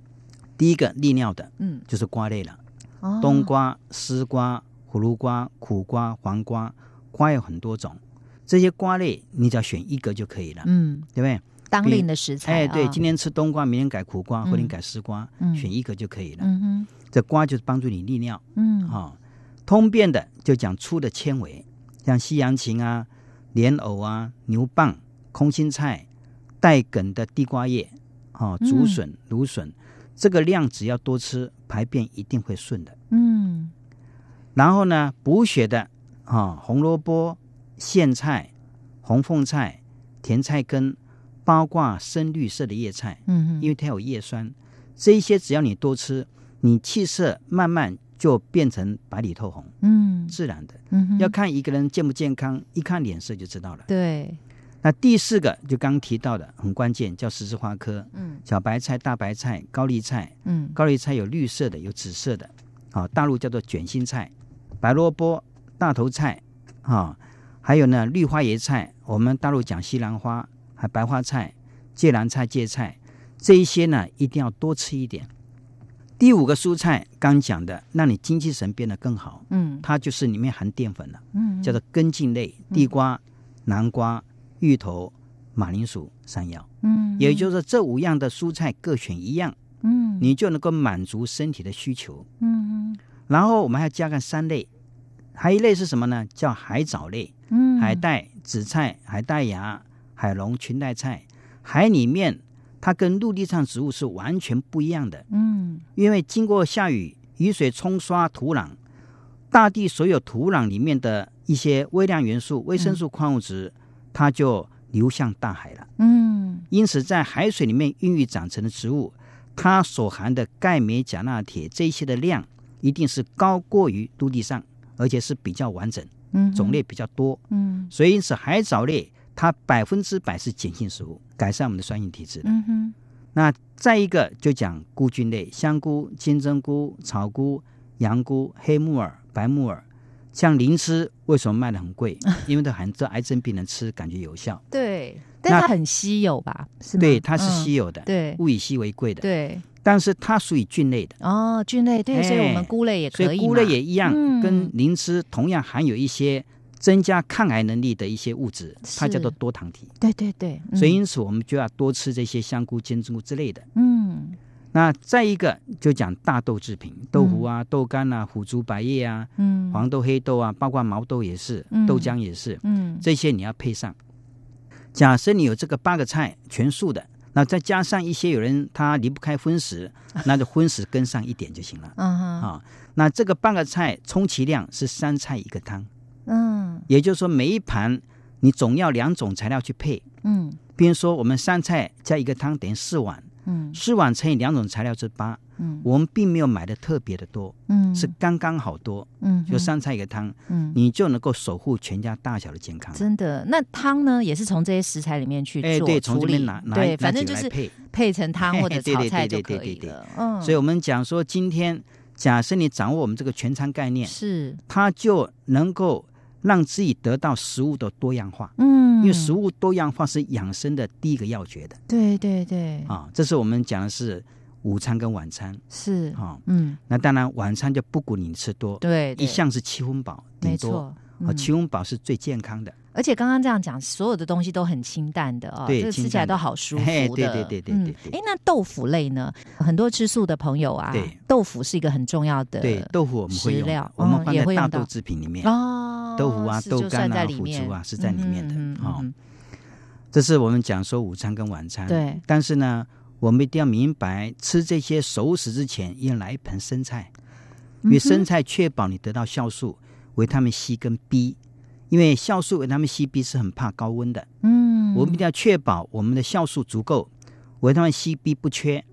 B: 第一个利尿的
A: 嗯，
B: 就是瓜类了，
A: 哦
B: 冬瓜、丝瓜、葫芦瓜、苦瓜、黄瓜，瓜有很多种。这些瓜类你只要选一个就可以了，
A: 嗯，
B: 对不对？
A: 当
B: 比
A: 令的食材
B: 哎，
A: 啊，
B: 对，今天吃冬瓜，明天改苦瓜，后天
A: 嗯
B: 改丝瓜，
A: 嗯
B: 选一个就可以了。
A: 嗯
B: 这瓜就是帮助你利尿。
A: 哼嗯
B: 啊、通便的就讲粗的纤维，像西洋芹啊、莲藕啊、牛蒡、空心菜、带梗的地瓜叶，哦，
A: 嗯
B: 竹笋、芦笋，这个量只要多吃，排便一定会顺的。
A: 嗯
B: 然后呢，补血的啊、红萝卜、苋菜、红凤菜、甜菜根，包括深绿色的叶菜，
A: 嗯哼，
B: 因为它有叶酸，这一些只要你多吃，你气色慢慢就变成白里透红。
A: 嗯
B: 自然的，
A: 嗯哼
B: 要看一个人健不健康，一看脸色就知道了。
A: 对，
B: 那第四个就刚提到的，很关键，叫十字花科，
A: 嗯
B: 小白菜、大白菜、高丽菜，
A: 嗯
B: 高丽菜有绿色的，有紫色的，啊、大陆叫做卷心菜，白萝卜、大头菜，啊、还有呢绿花椰菜，我们大陆讲西兰花，还白花菜、芥兰菜、芥菜，这一些呢一定要多吃一点。第五个蔬菜，刚讲的，让你精气神变得更好，
A: 嗯
B: 它就是里面含淀粉了。
A: 嗯，
B: 叫做根茎类，地瓜、南瓜、芋头、马铃薯、山药。
A: 嗯，
B: 也就是说，这五样的蔬菜各选一样，
A: 嗯
B: 你就能够满足身体的需求。
A: 嗯
B: 然后我们还要加上三类，还有一类是什么呢？叫海藻类，
A: 嗯
B: 海带、紫菜、海带芽、海龙、裙带菜。海里面它跟陆地上植物是完全不一样的，
A: 嗯
B: 因为经过下雨，雨水冲刷土壤，大地所有土壤里面的一些微量元素、维生素、矿物质，它就流向大海了。
A: 嗯
B: 因此，在海水里面孕育长成的植物，它所含的钙、镁、钾、钠、铁这一些的量，一定是高过于陆地上，而且是比较完整，
A: 嗯
B: 种类比较多。
A: 嗯
B: 所以，因此海藻类它百分之百是碱性食物，改善我们的酸性体质的。
A: 嗯哼
B: 那再一个就讲菇菌类，香菇、金针菇、草菇、洋菇、黑木耳、白木耳，像灵芝为什么卖的
A: <laughs>
B: 很贵？因为它含这癌症病人吃感觉有效，
A: 对，
B: 那
A: 但它很稀有吧？是吗？
B: 对，它是
A: 嗯
B: 稀有的，
A: 对
B: 物以稀为贵的，
A: 对
B: 但是它属于菌类的，
A: 哦，菌类对，所以我
B: 哎
A: 们菇类也
B: 所
A: 可
B: 以
A: 以，
B: 菇类也。一样，
A: 嗯
B: 跟灵芝同样含有一些增加抗癌能力的一些物质，它
A: 是嗯
B: 叫做多糖体。
A: 对对对，
B: 所以因此我们就要多吃这些香菇、金针菇之类的。
A: 嗯
B: 那再一个就讲大豆制品，豆腐啊、豆干啊、腐竹、百叶啊、
A: 嗯
B: 黄豆、黑豆啊，包括毛豆也是
A: 嗯，
B: 豆浆也是，
A: 嗯。
B: 这些你要配上。假设你有这个八个菜全素的，那再加上一些有人他离不开荤食，那就荤食跟上一点就行了
A: 嗯哼
B: 啊，那这个八个菜充其量是三菜一个汤，
A: 嗯
B: 也就是说每一盘你总要两种材料去配，
A: 嗯
B: 比如说我们三菜加一个汤等于四碗，
A: 嗯
B: 四碗乘以两种材料是八，
A: 嗯
B: 我们并没有买的特别的多，
A: 嗯
B: 是刚刚好多，
A: 嗯
B: 就三菜一个汤，
A: 嗯
B: 你就能够守护全家大小的健康。
A: 真的，那汤呢也是从这些食材里面去
B: 哎，
A: 做
B: 对，从
A: 处
B: 这
A: 理
B: 边拿，拿
A: 对，
B: 拿
A: 反
B: 几
A: 正
B: 个
A: 就
B: 来
A: 是
B: 配。
A: 配成汤或者
B: 对对
A: 炒
B: 对
A: 菜就
B: 对
A: 可
B: 对
A: 以
B: 对对
A: 了。嗯，
B: 所以我们讲说，今天假设你掌握我们这个全餐概念，
A: 是
B: 它就能够让自己得到食物的多样化，
A: 嗯，
B: 因为食物多样化是养生的第一个要诀的
A: 对对对，
B: 啊。这是我们讲的是午餐跟晚餐
A: 是
B: 啊。
A: 嗯，
B: 那当然，晚餐就不鼓你吃多，
A: 对，
B: 一
A: 对
B: 向是七分饱，
A: 没
B: 顶多
A: 错。
B: 啊，
A: 嗯
B: 七分饱是最健康的。
A: 而且刚刚这样讲，所有的东西都很清淡的哦，
B: 对
A: 这个吃
B: 清
A: 起来
B: 淡的
A: 都好舒服的。
B: 嘿对对对对对对
A: 哎，那豆腐类呢？很多吃素的朋友啊
B: 对，
A: 豆腐是一个很重要的
B: 对，豆腐我们会
A: 呃食
B: 用
A: 料
B: 的，我们
A: 嗯
B: 放
A: 也
B: 在
A: 会用
B: 大
A: 到
B: 豆制品里面。
A: 哦，
B: 豆腐啊
A: 是
B: 豆
A: 就算
B: 干啊
A: 在里
B: 腐竹
A: 面
B: 啊是在里面的
A: 嗯嗯
B: 哦
A: 嗯
B: 这是我们讲说午餐跟晚餐。
A: 对，
B: 但是呢，我们一定要明白，吃这些熟食之前，一定来一盆生菜，
A: 嗯
B: 因为生菜确保你得到酵素、维他命 C 跟 B。因为酵素、维他命 C、B 是很怕高温的，
A: 嗯，
B: 我们一定要确保我们的酵素足够，维他命 C、B 不缺，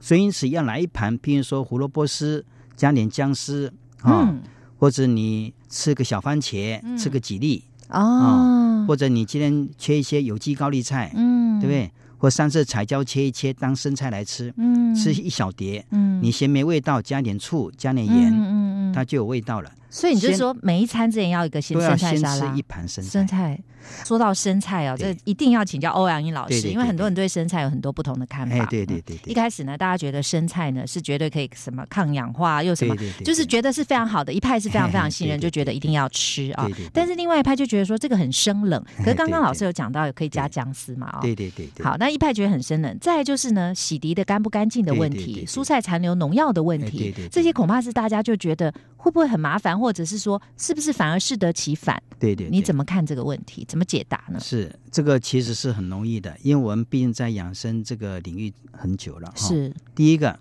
B: 所以因此要来一盘，比如说胡萝卜丝加点姜丝啊，
A: 嗯
B: 或者你吃个小番茄，
A: 嗯
B: 吃个几粒，
A: 哦，
B: 或者你今天切一些有机高丽菜，
A: 嗯，
B: 对不？对？或三色彩椒切一切当生菜来吃，
A: 嗯，
B: 吃一小碟，
A: 嗯，
B: 你嫌没味道，加点醋，加点
A: 嗯
B: 盐，
A: 嗯嗯，
B: 它就有味道了。
A: 所以你就
B: 先
A: 说每一餐之前要一个生
B: 都要
A: 生菜
B: 先
A: 沙
B: 吃
A: 拉
B: 一。盘生菜
A: 生。菜，说到生菜哦，这
B: 对
A: 一定要请教欧阳英老
B: 对
A: 师，
B: 对
A: 因为
B: 对
A: 很多
B: 对
A: 人对生菜有很多不同的看
B: 哎
A: 法。，
B: 对对
A: 嗯。
B: 对对，
A: 一开始呢，大家觉得生菜呢是绝对可以什么抗氧化，又什
B: 对
A: 么
B: 对，对，对
A: 就是觉得是非常好的。一派是非常非常
B: 嘿嘿
A: 信任，
B: 对
A: 就
B: 对
A: 觉得一定要吃啊
B: <laughs> 对对对。
A: 但是另外一派就觉得说这个很生
B: <laughs>
A: 冷。可是刚刚
B: 对
A: 老师
B: 对
A: 有讲到，可以加
B: 对
A: 姜丝嘛啊。
B: 对对对对，
A: 好，那一派觉得很生冷。再来就是呢，洗涤的干不干净的
B: 对
A: 问
B: 对对
A: 题，
B: 对
A: 蔬菜残留农药的问
B: 哎
A: 题，
B: 对对
A: 这
B: 对
A: 些恐怕是大家就觉得会不会很麻烦，或者是说是不是反而适得其反？
B: 对对，
A: 你
B: 对
A: 怎么看这个问题？怎么解答呢？
B: 是这个其实是很容易的，因为我们毕竟在养生这个领域很久了。哈，
A: 是，
B: 第一个，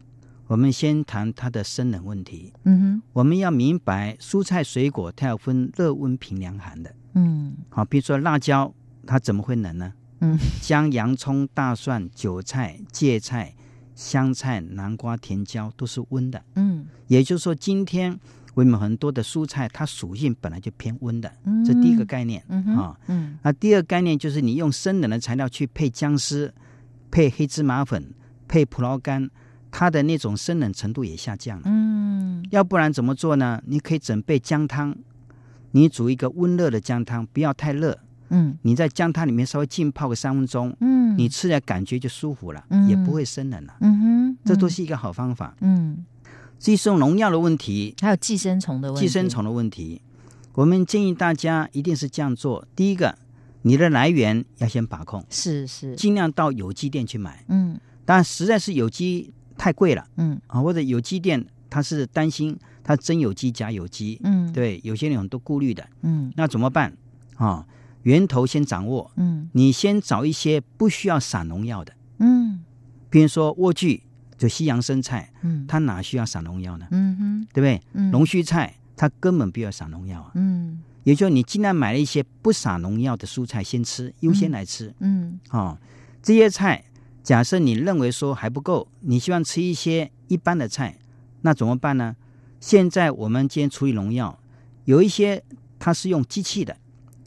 B: 我们先谈它的生冷问题。
A: 嗯
B: 我们要明白，蔬菜水果它要分热温平凉寒的。
A: 哼，嗯
B: 好，比如说辣椒，它怎么会冷呢？
A: 嗯，
B: 姜、洋葱、大蒜、韭菜、芥菜、香菜、南瓜、甜椒都是温的。
A: 嗯
B: 也就是说，今天我们很多的蔬菜，它属性本来就偏温的，
A: 嗯，
B: 这第一个，概念啊、
A: 嗯哼，嗯
B: 那第二个概念就是你用生冷的材料去配姜丝、配黑芝麻粉、配葡萄干，它的那种生冷程度也下降了。
A: 嗯
B: 要不然怎么做呢？你可以准备姜汤，你煮一个温热的姜汤，不要太热。
A: 嗯
B: 你在姜汤里面稍微浸泡个三分钟，
A: 嗯，
B: 你吃了感觉就舒服了，
A: 嗯
B: 也不会生冷了。
A: 嗯哼，
B: 这都
A: 嗯，
B: 是一个好方法。
A: 嗯，
B: 至于说农药的问题，
A: 还有寄生虫的问题，
B: 寄生，虫的问题，我们建议大家一定是这样做：第一个，你的来源要先把控，
A: 是是，
B: 尽量到有机店去买。
A: 嗯
B: 当然，实在是有机太贵了
A: 嗯
B: 啊，或者有机店它是担心它真有机假有机，
A: 嗯，，
B: 对，有些人有很多顾虑的，
A: 嗯
B: 那怎么办啊？源头先掌握，
A: 嗯
B: 你先找一些不需要撒农药的，
A: 嗯
B: 比如说莴苣，就西洋生菜，
A: 嗯，
B: 它哪需要撒农药呢？
A: 嗯哼，
B: 对不对？
A: 嗯，
B: 龙须菜它根本不要撒农药啊。
A: 嗯。
B: 也就是你尽量买了一些不撒农药的蔬菜先吃，优先来吃
A: 嗯
B: 啊、哦。这些菜，假设你认为说还不够，你希望吃一些一般的菜，那怎么办呢？现在我们今天处理农药，有一些它是用机器的，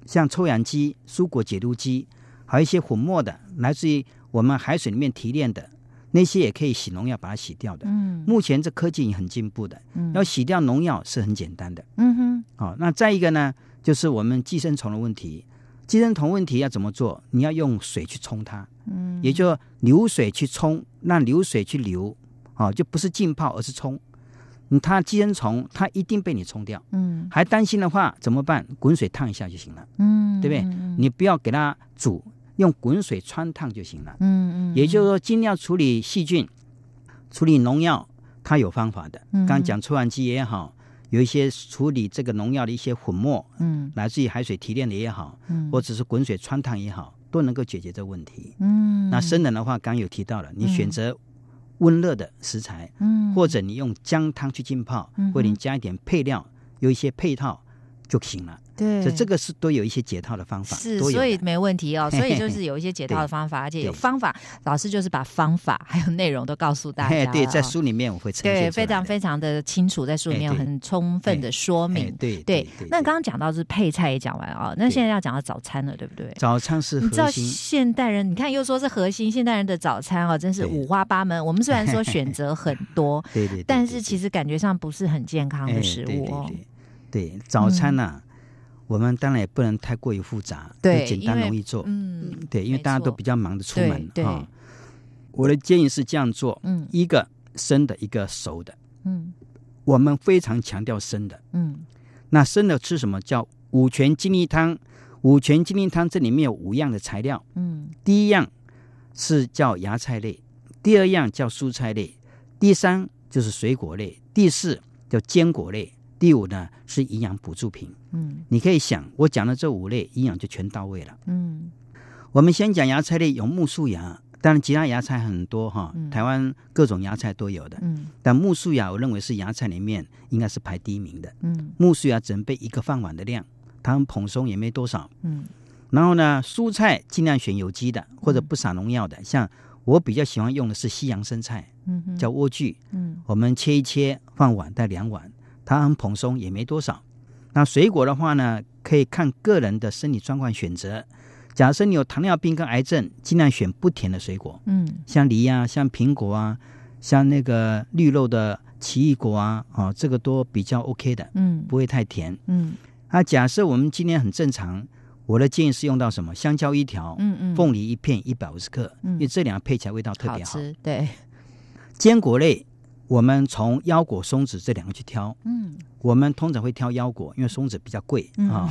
B: 像抽氧机、蔬果解毒机，还有一些混末的，来自于我们海水里面提炼的，那些也可以洗农药把它洗掉的。
A: 嗯
B: 目前这科技已经很进步的，
A: 嗯
B: 要洗掉农药是很简单的。
A: 嗯哼
B: 好、那再一个呢，就是我们寄生虫的问题。寄生虫问题要怎么做？你要用水去冲它，
A: 嗯，
B: 也就流水去冲，让流水去流，啊、就不是浸泡，而是冲。你它寄生虫，它一定被你冲掉。
A: 嗯
B: 还担心的话怎么办？滚水烫一下就行了，
A: 嗯，
B: 对不对
A: 嗯
B: 你不要给它煮，用滚水穿烫就行了。
A: 嗯嗯，
B: 也就是说，尽量处理细菌、处理农药，它有方法的。刚刚
A: 嗯
B: 讲抽氧机也好，有一些处理这个农药的一些混末，
A: 嗯
B: 来自于海水提炼的也好，
A: 嗯
B: 或者是滚水穿烫也好，都能够解决这问题。
A: 嗯，
B: 那生冷的话，刚刚有提到了，你
A: 嗯
B: 选择温热的食材，
A: 嗯
B: 或者你用姜汤去浸泡，
A: 嗯哼
B: 或者你加一点配料，有一些配套就行了。
A: 对
B: 所以这个是都有一些解套的方法，
A: 是，
B: 都有
A: 所以
B: 的
A: 没问题哦。所以就是有一些解套的
B: 对
A: 方法，而且有
B: 对
A: 方法，老师就是把方法还有内容都告诉大家
B: 嘿
A: 了哦。
B: 对，在书里面我会呈现
A: 对
B: 出来
A: 非常
B: 的
A: 非常的清楚，在书里面有
B: 哎对
A: 很充分的说
B: 哎
A: 明。
B: 对
A: 对
B: 对对。
A: 那刚刚讲到是配菜也讲完哦，那
B: 对
A: 现在要讲到早餐了，对不对？
B: 早餐是
A: 你知道
B: 核心，
A: 现代人，你看又说是核心，现代人的早餐哦，真是
B: 对
A: 五花八门。我们虽然说选择很多，
B: <laughs> 对对对，
A: 但
B: 对
A: 是
B: 对
A: 其实感觉上不是很健康的
B: 哎
A: 食
B: 对
A: 物哦。嗯
B: 对对对，早餐呢、我们当然也不能太过于复杂，
A: 对
B: 就简
A: 因
B: 单
A: 为
B: 容易做。
A: 嗯
B: 对，因为
A: 没
B: 大家
A: 错
B: 都比较忙着出
A: 对
B: 门
A: 对
B: 啊。我的建议是这样做：
A: 嗯
B: 一个生的，一个熟的。
A: 嗯
B: 我们非常强调生的。
A: 嗯
B: 那生的吃什么叫五全精力汤？五全精力汤这里面有五样的材料，
A: 嗯
B: 第一样是叫芽菜类，第二样叫蔬菜类，第三就是水果类，第四叫坚果类，第五呢是营养补助品。
A: 嗯
B: 你可以想，我讲的这五类营养就全到位了。
A: 嗯
B: 我们先讲芽菜类，有木树芽，当然其他芽菜很多哈
A: 嗯，
B: 台湾各种芽菜都有的。
A: 嗯
B: 但木树芽，我认为是芽菜里面应该是排第一名的。
A: 嗯
B: 木树芽准备一个饭碗的量，它们蓬松也没多少。
A: 嗯
B: 然后呢，蔬菜尽量选有机的或者不撒农药的，像我比较喜欢用的是西洋生菜，
A: 嗯，
B: 叫莴苣，
A: 嗯
B: 我们切一切放碗带两碗，它很蓬松，也没多少。那水果的话呢，可以看个人的身体状况选择。假设你有糖尿病跟癌症，尽量选不甜的水果，
A: 嗯
B: 像梨啊，像苹果啊，像那个绿肉的奇异果啊，哦，这个都比较 OK 的，
A: 嗯
B: 不会太甜。
A: 嗯
B: 那假设我们今天很正常，我的建议是用到什么？香蕉一条，
A: 嗯嗯，
B: 凤梨一片，一百五十克，
A: 嗯
B: 因为这两个配起来味道特
A: 好
B: 别好。
A: 吃，
B: <laughs>
A: 对，
B: 坚果类，我们从腰果、松子这两个去挑。
A: 嗯
B: 我们通常会挑腰果，因为松子比较贵
A: 嗯
B: 啊。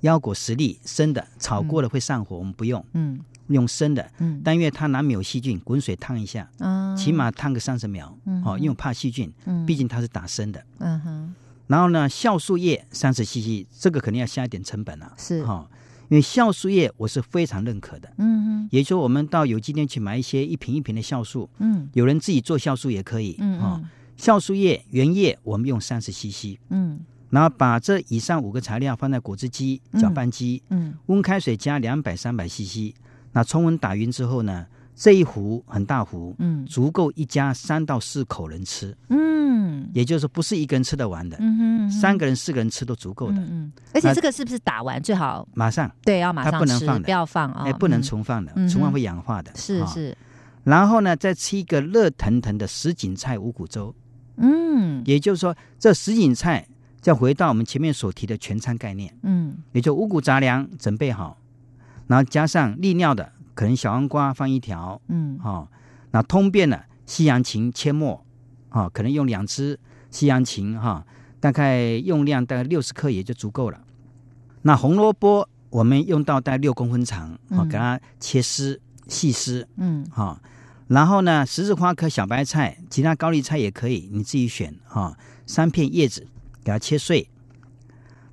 B: 腰果实粒生的，炒过了会上火，我们不用，
A: 嗯
B: 用生的。
A: 嗯，
B: 但因为它难免有细菌，滚水烫一下，
A: 啊
B: 起码烫个三十秒，
A: 嗯
B: 哦，因为我怕细菌，
A: 嗯
B: 毕竟它是打生的。
A: 嗯哼
B: 然后呢，酵素液三十 CC，这个肯定要下一点成本啊，
A: 是
B: 哈、因为酵素液我是非常认可的，
A: 嗯哼
B: 也就是我们到有机店去买一些一瓶一瓶的酵素，
A: 嗯
B: 有人自己做酵素也可以，
A: 嗯
B: 哦
A: 嗯
B: 酵素液原液我们用三十 CC，
A: 嗯
B: 然后把这以上五个材料放在果汁机、
A: 嗯
B: 搅拌机，
A: 嗯
B: 温开水加两百、三百 CC，那冲温打匀之后呢，这一壶很大壶，
A: 嗯
B: 足够一家三到四口人吃，
A: 嗯
B: 也就是说不是一个人吃得完的，
A: 嗯哼
B: 三个人、四个人吃都足够的，
A: 嗯，而且
B: 那
A: 这个是不是打完最好？
B: 马上。
A: 对，要马
B: 它
A: 上
B: 不能
A: 吃，
B: 放的
A: 不要放啊，
B: 哎，不能
A: 嗯
B: 存放的，
A: 嗯哼
B: 存放会氧化的。
A: 是
B: 啊
A: 是，
B: 然后呢，再吃一个热腾腾的什锦菜五谷粥，
A: 嗯
B: 也就是说，这什锦菜再回到我们前面所提的全餐概念，
A: 嗯
B: 也就五谷杂粮准备好，然后加上利尿的，可能小黄瓜放一条，
A: 嗯
B: 哦，那通便的西洋芹切末，啊、可能用两只西洋芹哈、大概用量大概六十克也就足够了。那红萝卜我们用到大概六公分长，啊、
A: 嗯
B: 给它切丝细丝，
A: 嗯
B: 哈、然后呢，十字花科小白菜，其他高丽菜也可以，你自己选哈、三片叶子给它切碎。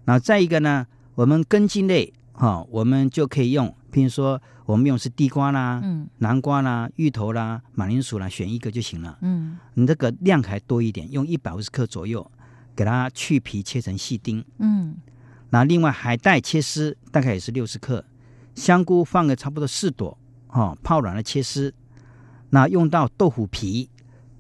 B: 然后再一个呢，我们根茎类哈、我们就可以用，譬如说我们用的是地瓜啦、
A: 嗯
B: 南瓜啦、芋头啦、马铃薯啦，选一个就行了。
A: 嗯
B: 你这个量还多一点，用一百五十克左右，给它去皮切成细丁。
A: 嗯
B: 那另外海带切丝，大概也是六十克，香菇放个差不多四朵，哦，泡软了切丝。那用到豆腐皮，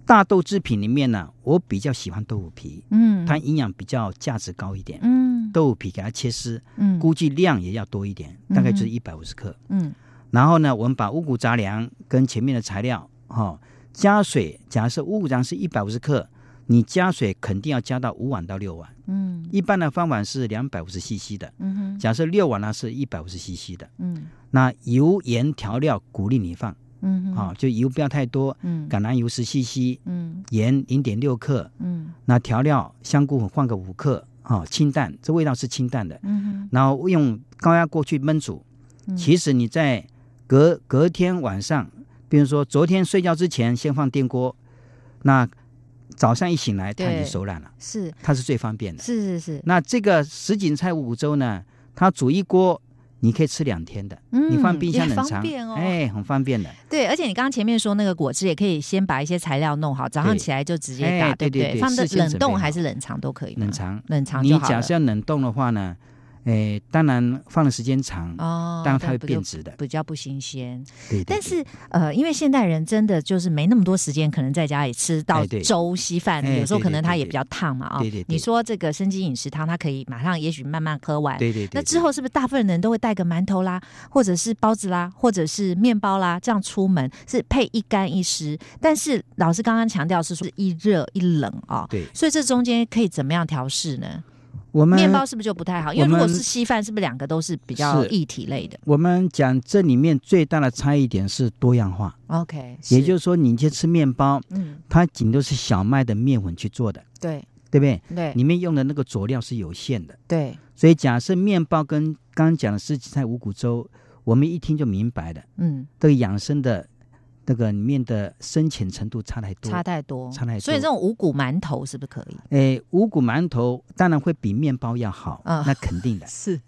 B: 大豆制品里面呢，我比较喜欢豆腐皮，
A: 嗯，
B: 它营养比较价值高一点。
A: 嗯
B: 豆腐皮给它切丝，
A: 嗯
B: 估计量也要多一点，大概就是一百五十克。
A: 嗯
B: 然后呢，我们把五谷杂粮跟前面的材料，哦，加水。假设五谷杂粮是一百五十克，你加水肯定要加到五碗到六碗，
A: 嗯
B: 一般的方碗是两百五十 CC 的。
A: 嗯哼
B: 假设六碗呢是一百五十 CC 的，
A: 嗯
B: 那油盐调料鼓励你放
A: 嗯哼
B: 啊、就油不要太多，
A: 嗯
B: 橄榄油十 CC，
A: 嗯
B: 盐零点六克，
A: 嗯
B: 那调料香菇粉放个五克啊、清淡，这味道是清淡的。
A: 嗯哼
B: 然后用高压锅去焖煮，
A: 嗯
B: 其实你在隔隔天晚上，比如说昨天睡觉之前先放电锅，那早上一醒来它已
A: 对
B: 经熟烂了，
A: 是
B: 它是最方便的。
A: 是是是，
B: 那这个什锦菜五谷粥呢，它煮一锅，你可以吃两天的，
A: 嗯
B: 你放冰箱
A: 也
B: 冷
A: 方
B: 藏，
A: 便哦
B: 哎，很方便的。
A: 对，而且你刚刚前面说那个果汁也可以先把一些材料弄好，早上
B: 对
A: 起来就直接打，
B: 哎
A: 对不
B: 对对对
A: 放的
B: 事先
A: 冷
B: 准备
A: 冻
B: 好
A: 还是冷藏都可以吗，
B: 冷藏
A: 冷藏
B: 你
A: 就好
B: 假
A: 了
B: 设要冷冻的话呢，哎，当然放的时间长，
A: 哦，
B: 当然它
A: 对
B: 会
A: 不
B: 变
A: 就
B: 质的。
A: 比较不新鲜。
B: 对，对
A: 但
B: 对
A: 是呃，因为现代人真的就是没那么多时间，可能在家里吃到
B: 哎对
A: 粥稀饭，
B: 哎
A: 有时候
B: 对
A: 可
B: 对
A: 能
B: 对
A: 它也
B: 对
A: 比较烫嘛啊、
B: 对对对
A: 你说这个生津饮食汤，它可以马上，也许慢慢喝完。
B: 对对对，
A: 那
B: 对
A: 之后是不是大部分人都会带个馒头啦，或者是包子啦，或者是面包啦，这样出门是配一干一湿？但是老师刚刚强调是说一热一冷哦，
B: 对
A: 所以这中间可以怎么样调试呢？
B: 我们
A: 面包是不是就不太好？因为
B: 我
A: 如
B: 们
A: 果是稀饭，是不是两个都是比较
B: 是
A: 一体类的
B: 我们讲这里面最大的差异点是多样化，
A: ？OK，
B: 也
A: 是
B: 就是说，你去吃面包，
A: 嗯，
B: 它仅都是小麦的面粉去做的，
A: 对
B: 对不对？
A: 对
B: 里面用的那个佐料是有限的，
A: 对，
B: 所以假设面包跟刚刚讲的四季菜五谷粥，我们一听就明白的，
A: 嗯，
B: 这个养生的那个里面的深浅程度差太多。
A: 差太多，
B: 差太多
A: 所以这种五谷馒头是不是可以？
B: 诶，五谷馒头当然会比面包要好，
A: 啊
B: 那肯定
A: <laughs>
B: 的。<laughs>
A: 是，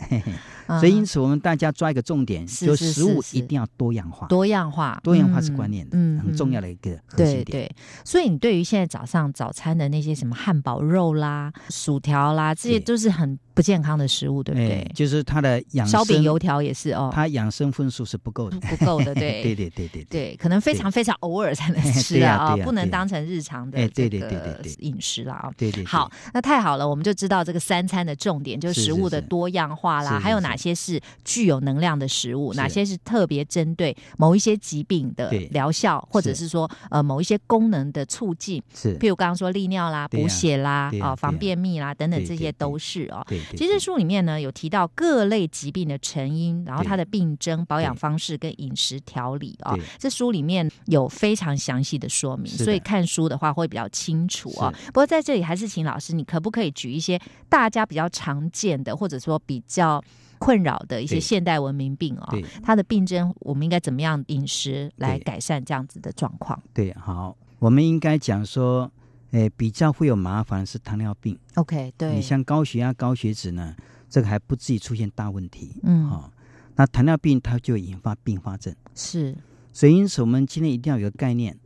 A: 啊
B: 所以因此我们大家抓一个重点，
A: 是
B: 就是食物
A: 是是
B: 一定要多样化，
A: 多样化，
B: 多样化是
A: 嗯
B: 关键的，很重要。的一个核心
A: 对
B: 点。
A: 对，所以你对于现在早上早餐的那些什么汉堡肉啦、薯条啦，这些
B: 对
A: 都是很不健康的食物，对不
B: 哎
A: 对？
B: 就是它的养生，
A: 烧饼、油条也是哦，
B: 它养生分数是不够的。
A: 不够的，对
B: <laughs> 对对对对对
A: 对，可能非常
B: <laughs>
A: 非常偶尔才能吃
B: 对
A: 啊，
B: 呀
A: 啊
B: 对呀
A: 不能
B: 对呀
A: 当成日常的
B: 哎
A: 这
B: 对对对
A: 个
B: 对对
A: 饮食了啊。
B: 对对对
A: 好，那太好了，我们就知道这个三餐的重点就是
B: 是
A: 食
B: 是
A: 物的
B: 是
A: 多样化啦，
B: 是是
A: 还有
B: 是
A: 哪些是具有能量的食物，哪
B: 是
A: 些是特别针对某一些疾病的
B: 对
A: 疗效，或者
B: 是
A: 是说呃某一些功能的促进，
B: 是，
A: 譬如刚刚说利尿啦、
B: 对
A: 补
B: 呀
A: 血啦、
B: 对呀
A: 啊
B: 对
A: 防
B: 呀
A: 便秘啦等等，
B: 对
A: 这
B: 对
A: 些
B: 对
A: 都是哦。
B: 对对，
A: 其实书里面呢有提到各类疾病的成因，然后它的病症、保养方式跟饮食调理啊、
B: 对
A: 这书里面有非常详细的说明，
B: 是的
A: 所以看书的话会比较清楚啊、不过在这里还是请老师，你可不可以举一些大家比较常见的，或者说比较困扰的一些
B: 对
A: 现代文明病啊、
B: 对
A: 它的病症我们应该怎么样饮食来
B: 对
A: 改善这样子的状况
B: 对，好，我们应该讲说，诶、比较会有麻烦的是糖尿病。
A: ？OK，对，
B: 你像高血压、高血脂呢，这个还不至于出现大问题。
A: 嗯、
B: 好、那糖尿病它就引发并发症，
A: 是
B: 所以因此我们今天一定要有个概念，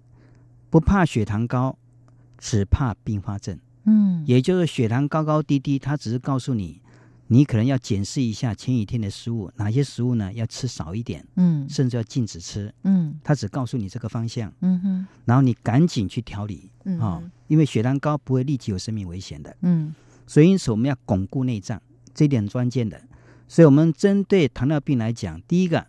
B: 不怕血糖高，只怕并发症。
A: 嗯
B: 也就是血糖高高低低，它只是告诉你，你可能要检视一下前几天的食物，哪些食物呢要吃少一点，
A: 嗯
B: 甚至要禁止吃。
A: 嗯
B: 它只告诉你这个方向，
A: 嗯哼
B: 然后你赶紧去调理
A: 嗯
B: 啊、
A: 哼
B: 因为血糖高不会立即有生命危险的。
A: 嗯
B: 所以因此我们要巩固内脏，这一点很关键的。所以我们针对糖尿病来讲，第一个，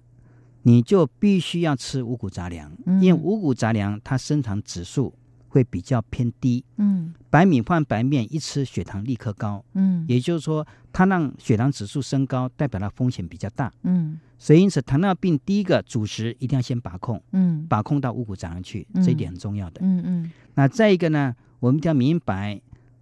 B: 你就必须要吃五谷杂粮，
A: 嗯
B: 因为五谷杂粮它升糖指数会比较偏低。
A: 嗯
B: 白米饭、白面一吃，血糖立刻高，
A: 嗯
B: 也就是说，它让血糖指数升高，代表它风险比较大。
A: 嗯
B: 所以，因此糖尿病第一个主食一定要先把控，
A: 嗯
B: 把控到五谷杂粮去
A: 嗯，
B: 这一点很重要的。
A: 嗯嗯
B: 那再一个呢，我们一定要明白，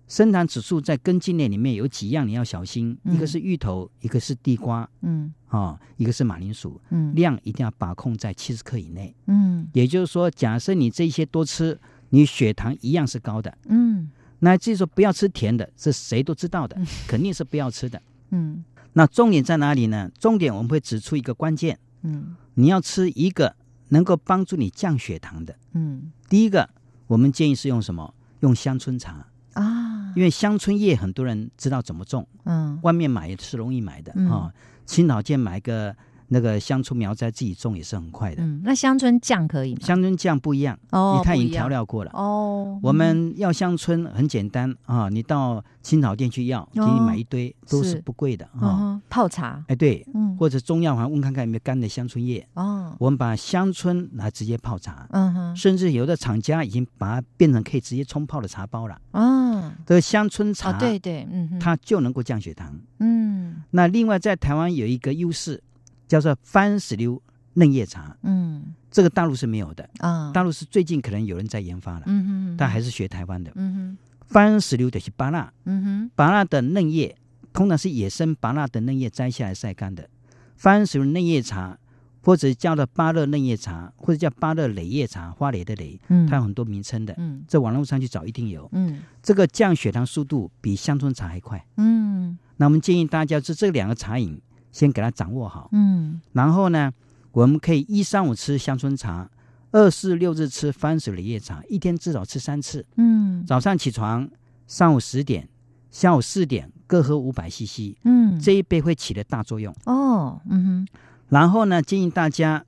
B: 升糖指数在根茎类里面有几样你要小心，
A: 嗯
B: 一个是芋头，一个是地瓜，
A: 嗯
B: 哦，一个是马铃薯，
A: 嗯
B: 量一定要把控在七十克以内。
A: 嗯
B: 也就是说，假设你这些多吃，你血糖一样是高的。
A: 嗯
B: 那至于说不要吃甜的，这谁都知道的，肯定是不要吃的。
A: 嗯
B: 那重点在哪里呢？重点我们会指出一个关键，
A: 嗯
B: 你要吃一个能够帮助你降血糖的。
A: 嗯
B: 第一个，我们建议是用什么？用香椿茶，
A: 啊，
B: 因为香椿叶很多人知道怎么种，
A: 嗯
B: 外面买也是容易买的啊、
A: 嗯
B: 青岛店买个那个香椿苗在自己种也是很快的。
A: 嗯，那香椿酱可以吗？
B: 香椿酱不一样，
A: 哦
B: 它已
A: 不
B: 经
A: 一样
B: 调料过了。
A: 哦，
B: 我们要乡村很简单啊，你到青草店去要，给你买一堆，都是
A: 哦是
B: 不贵的
A: 嗯
B: 啊。
A: 哼泡茶，
B: 哎，对，
A: 嗯
B: 或者中药行问看看有没有干的香椿叶，
A: 哦，
B: 我们把香椿来直接泡茶，
A: 嗯哼
B: 甚至有的厂家已经把它变成可以直接冲泡的茶包了。
A: 啊，
B: 这个香椿茶，
A: 哦对对，嗯哼
B: 它就能够降血糖。
A: 嗯
B: 那另外在台湾有一个优势，叫做番石榴嫩叶茶，
A: 嗯
B: 这个大陆是没有的，
A: 啊，
B: 大陆是最近可能有人在研发了，
A: 嗯哼，
B: 但还是学台湾的。
A: 嗯哼
B: 番石榴就是巴辣。
A: 嗯哼
B: 芭辣的嫩叶通常是野生芭辣的嫩叶摘下来晒干的，番薯嫩叶茶，或者叫做芭乐嫩叶茶，或者叫芭乐蕾叶茶，花蕾的蕾，
A: 嗯，
B: 它有很多名称的。
A: 嗯
B: 在网络上去找一定有，
A: 嗯
B: 这个降血糖速度比香椿茶还快。
A: 嗯
B: 那我们建议大家是这两个茶饮先给它掌握好，
A: 嗯
B: 然后呢，我们可以一三五吃香椿茶，二四六日吃番薯蕾叶茶，一天至少吃三次。
A: 嗯
B: 早上起床，上午十点，下午四点各喝五百 CC，
A: 嗯，
B: 这一杯会起了大作用。
A: 哦，嗯
B: 然后呢，建议大家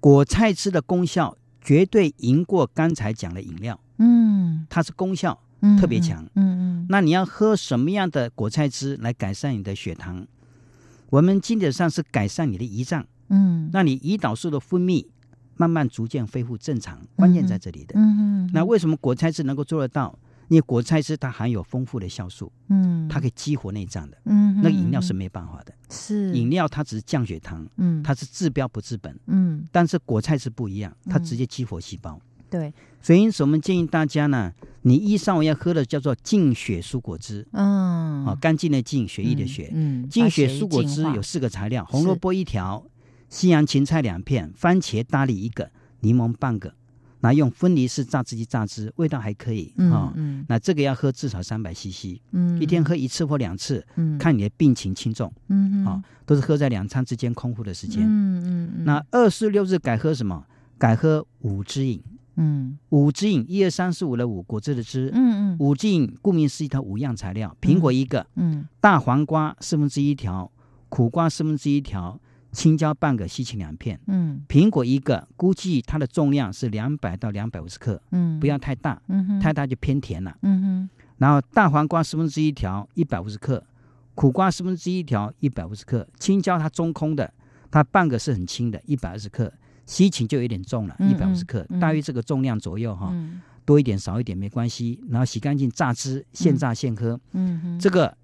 B: 果菜汁的功效绝对赢过刚才讲的饮料，
A: 哼嗯
B: 它是功效。
A: 嗯，
B: 特别
A: 嗯
B: 强，
A: 嗯嗯
B: 那你要喝什么样的果菜汁来改善你的血糖？我们基本上是改善你的胰脏，
A: 嗯，
B: 让你胰岛素的分泌慢慢逐渐恢复正常，关键在这里的。
A: 嗯嗯，
B: 那为什么果菜汁能够做得到？因为果菜汁它含有丰富的酵素，
A: 嗯
B: 它可以激活内脏的。
A: 嗯，
B: 那个饮料是
A: 么？
B: 没办法的，
A: 是
B: 饮料它只是降血糖，
A: 嗯，
B: 它是治标不治本。
A: 嗯
B: 但是果菜是不一样，它
A: 嗯
B: 直接激活细胞。
A: 对，
B: 所以，因此我们建议大家呢，你一上午要喝的叫做净血蔬果汁
A: 嗯，
B: 啊，干净的净，血液的
A: 嗯
B: 血。
A: 嗯，
B: 净
A: 把
B: 血
A: 液
B: 蔬果
A: 净
B: 汁
A: 化
B: 有四个材料：红
A: 是
B: 萝卜一条，西洋芹菜两片，番茄大粒一个，柠檬半个。那用分离式榨汁机榨汁，味道还可以啊
A: 嗯。嗯
B: 那这个要喝至少三百 CC，
A: 嗯，
B: 一天喝一次或两次，
A: 嗯
B: 看你的病情轻重。
A: 嗯
B: 啊，都是喝在两餐之间空腹的时
A: 嗯
B: 间。
A: 嗯嗯，
B: 那二四六日改喝什么？改喝五汁饮。
A: 嗯
B: 五汁饮，一二三四五的五，果汁的汁。
A: 嗯嗯
B: 五汁饮顾名思义，它五样材料：苹果一个，
A: 嗯
B: 大黄瓜四分之一条，苦瓜四分之一条，青椒半个，西芹两片，
A: 嗯
B: 苹果一个，估计它的重量是两百到两百五十克，
A: 嗯，
B: 不要，太大，
A: 嗯哼，
B: 太，大就偏甜了。
A: 嗯哼，
B: 然后大黄瓜四分之一条一百五十克，苦瓜四分之一条一百五十克，青椒它中空的，它半个是很轻的，一百二十克，西芹就有点重了，一
A: 嗯
B: 百五十克，
A: 嗯嗯
B: 大约这个重量左右哈，
A: 嗯
B: 多一点少一点没关系。然后洗干净榨汁，现榨现喝。
A: 嗯哼，
B: 这个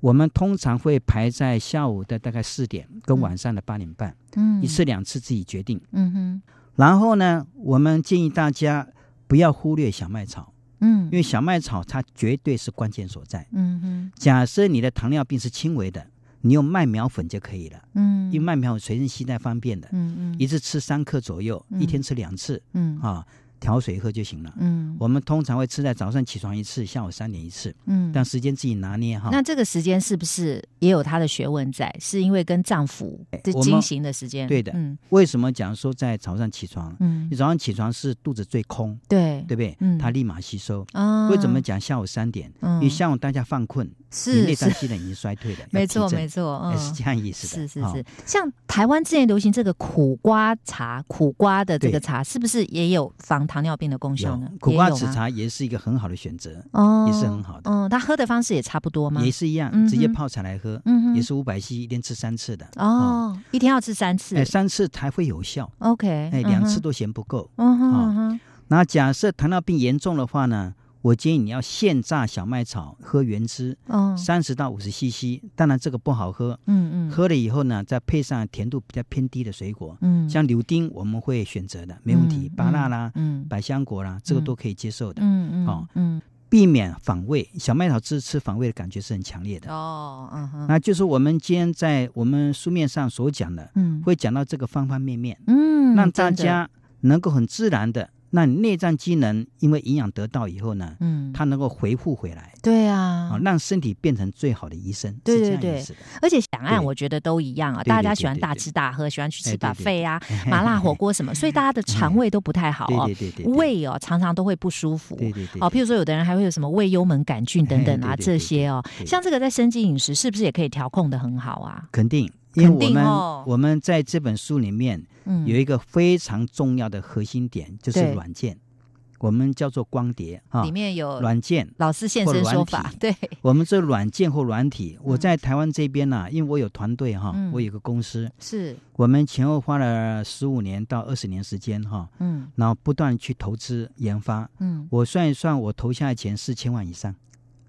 B: 我们通常会排在下午的大概四点跟
A: 嗯
B: 晚上的八点半，
A: 嗯
B: 一次，两次自己决定。
A: 嗯哼，
B: 然后呢，我们建议大家不要忽略小麦草，
A: 嗯，
B: 因为小麦草它绝对是关键所在。
A: 嗯哼，
B: 假设你的糖尿病是轻微的，你用麦苗粉就可以了，
A: 嗯，
B: 因为麦苗粉随身携带方便的，
A: 嗯嗯，
B: 一次吃三克左右，
A: 嗯
B: 一天吃两次
A: 嗯
B: 啊，调水喝就行了。
A: 嗯
B: 我们通常会吃在早上起床一次，下午三点一次，
A: 嗯，
B: 但时间自己拿捏哈。
A: 那这个时间是不是也有它的学问在？是因为跟丈夫这
B: 我们
A: 经行的时间，
B: 对的
A: 嗯
B: 为什么讲说在早上起床？
A: 嗯
B: 你，早上起床是肚子最空，
A: 对
B: 对不对？
A: 嗯
B: 它立马吸收。
A: 啊，
B: 为什么讲下午三点？
A: 嗯
B: 因为下午大家犯困，你
A: 是
B: 内脏
A: 是
B: 机能已经衰退了，
A: 没错没
B: 错，
A: 错，
B: 哎
A: 嗯，
B: 是这样意思
A: 是
B: 的，
A: 是
B: 啊
A: 是，像台湾之前流行这个苦瓜茶，苦瓜的这个
B: 对
A: 茶是不是也有防糖尿病的功效呢
B: 有？苦瓜
A: 也有
B: 子
A: 吗
B: 茶也是一个很好的选择，
A: 哦
B: 也是很好的
A: 嗯，它喝的方式也差不多吗？
B: 也是一样
A: 嗯，哼
B: 直接泡茶来喝，
A: 嗯哼
B: 也是五百 c 一天吃三次的，
A: 哦，一天要吃三次
B: 哎，三次才会有效，
A: ，OK，
B: 哎，
A: 嗯哼
B: 两次，都嫌不够。
A: 嗯哼
B: 啊
A: 嗯哼，
B: 那假设糖尿病严重的话呢，我建议你要现榨小麦草喝原汁，
A: 哦，
B: 三十到五十 CC，当然这个不好喝，
A: 嗯嗯，
B: 喝了以后呢，再配上甜度比较偏低的水果，
A: 嗯，
B: 像柳丁我们会选择的，没问题，
A: 嗯
B: 芭乐啦、
A: 嗯
B: 百香果啦，这个都可以接受的。
A: 嗯嗯，
B: 哦
A: 嗯
B: 避免反胃，小麦草汁吃反胃的感觉是很强烈的。
A: 哦嗯哼，
B: 那就是我们今天在我们书面上所讲的，
A: 嗯
B: 会讲到这个方方面面，
A: 嗯，
B: 让大
A: 真的
B: 家能够很自然的，那你内脏机能因为营养得到以后呢，
A: 嗯，
B: 它能够回复回来，
A: 对
B: 啊
A: 啊，，
B: 让身体变成最好的医生，
A: 对
B: 是这
A: 对
B: 样
A: 对
B: 意思的。
A: 而且两岸
B: 对
A: 我觉得都一样啊，
B: 对
A: 大
B: 对
A: 家
B: 对
A: 喜欢
B: 对
A: 大
B: 对
A: 吃大喝，喜欢去吃
B: 哎对
A: 把
B: 对嗯
A: 费啊、
B: <laughs>
A: 麻辣火锅什么，所以大家的肠胃都不太好
B: 对
A: 哦
B: 对，对对，对，
A: 胃哦常常都会不舒服。
B: 对对对
A: 哦，譬如说，有的人还会有什么胃幽门杆菌等等啊，
B: 哎对对
A: 这
B: 对
A: 些哦，
B: 对
A: 像这个在生机饮食是不是也可以调控的很好啊？
B: 肯定，因为
A: 肯
B: 我
A: 定
B: 们
A: 哦
B: 我们在这本书里面
A: 嗯，
B: 有一个非常重要的核心点，就是
A: 对
B: 软件，我们叫做光碟啊
A: 里，面有
B: 软件。
A: 老师现
B: 或
A: 身
B: 软
A: 说法，
B: 体 <laughs>
A: 对，
B: 我们这软件或软体，我在台湾这边呢、啊因为我有团队哈、
A: 嗯
B: 我有个公司，
A: 是，
B: 我们前后花了十五年到二十年时间哈、
A: 嗯
B: 然后不断去投资研发。
A: 嗯，
B: 我算一算，我投下的钱四千万以上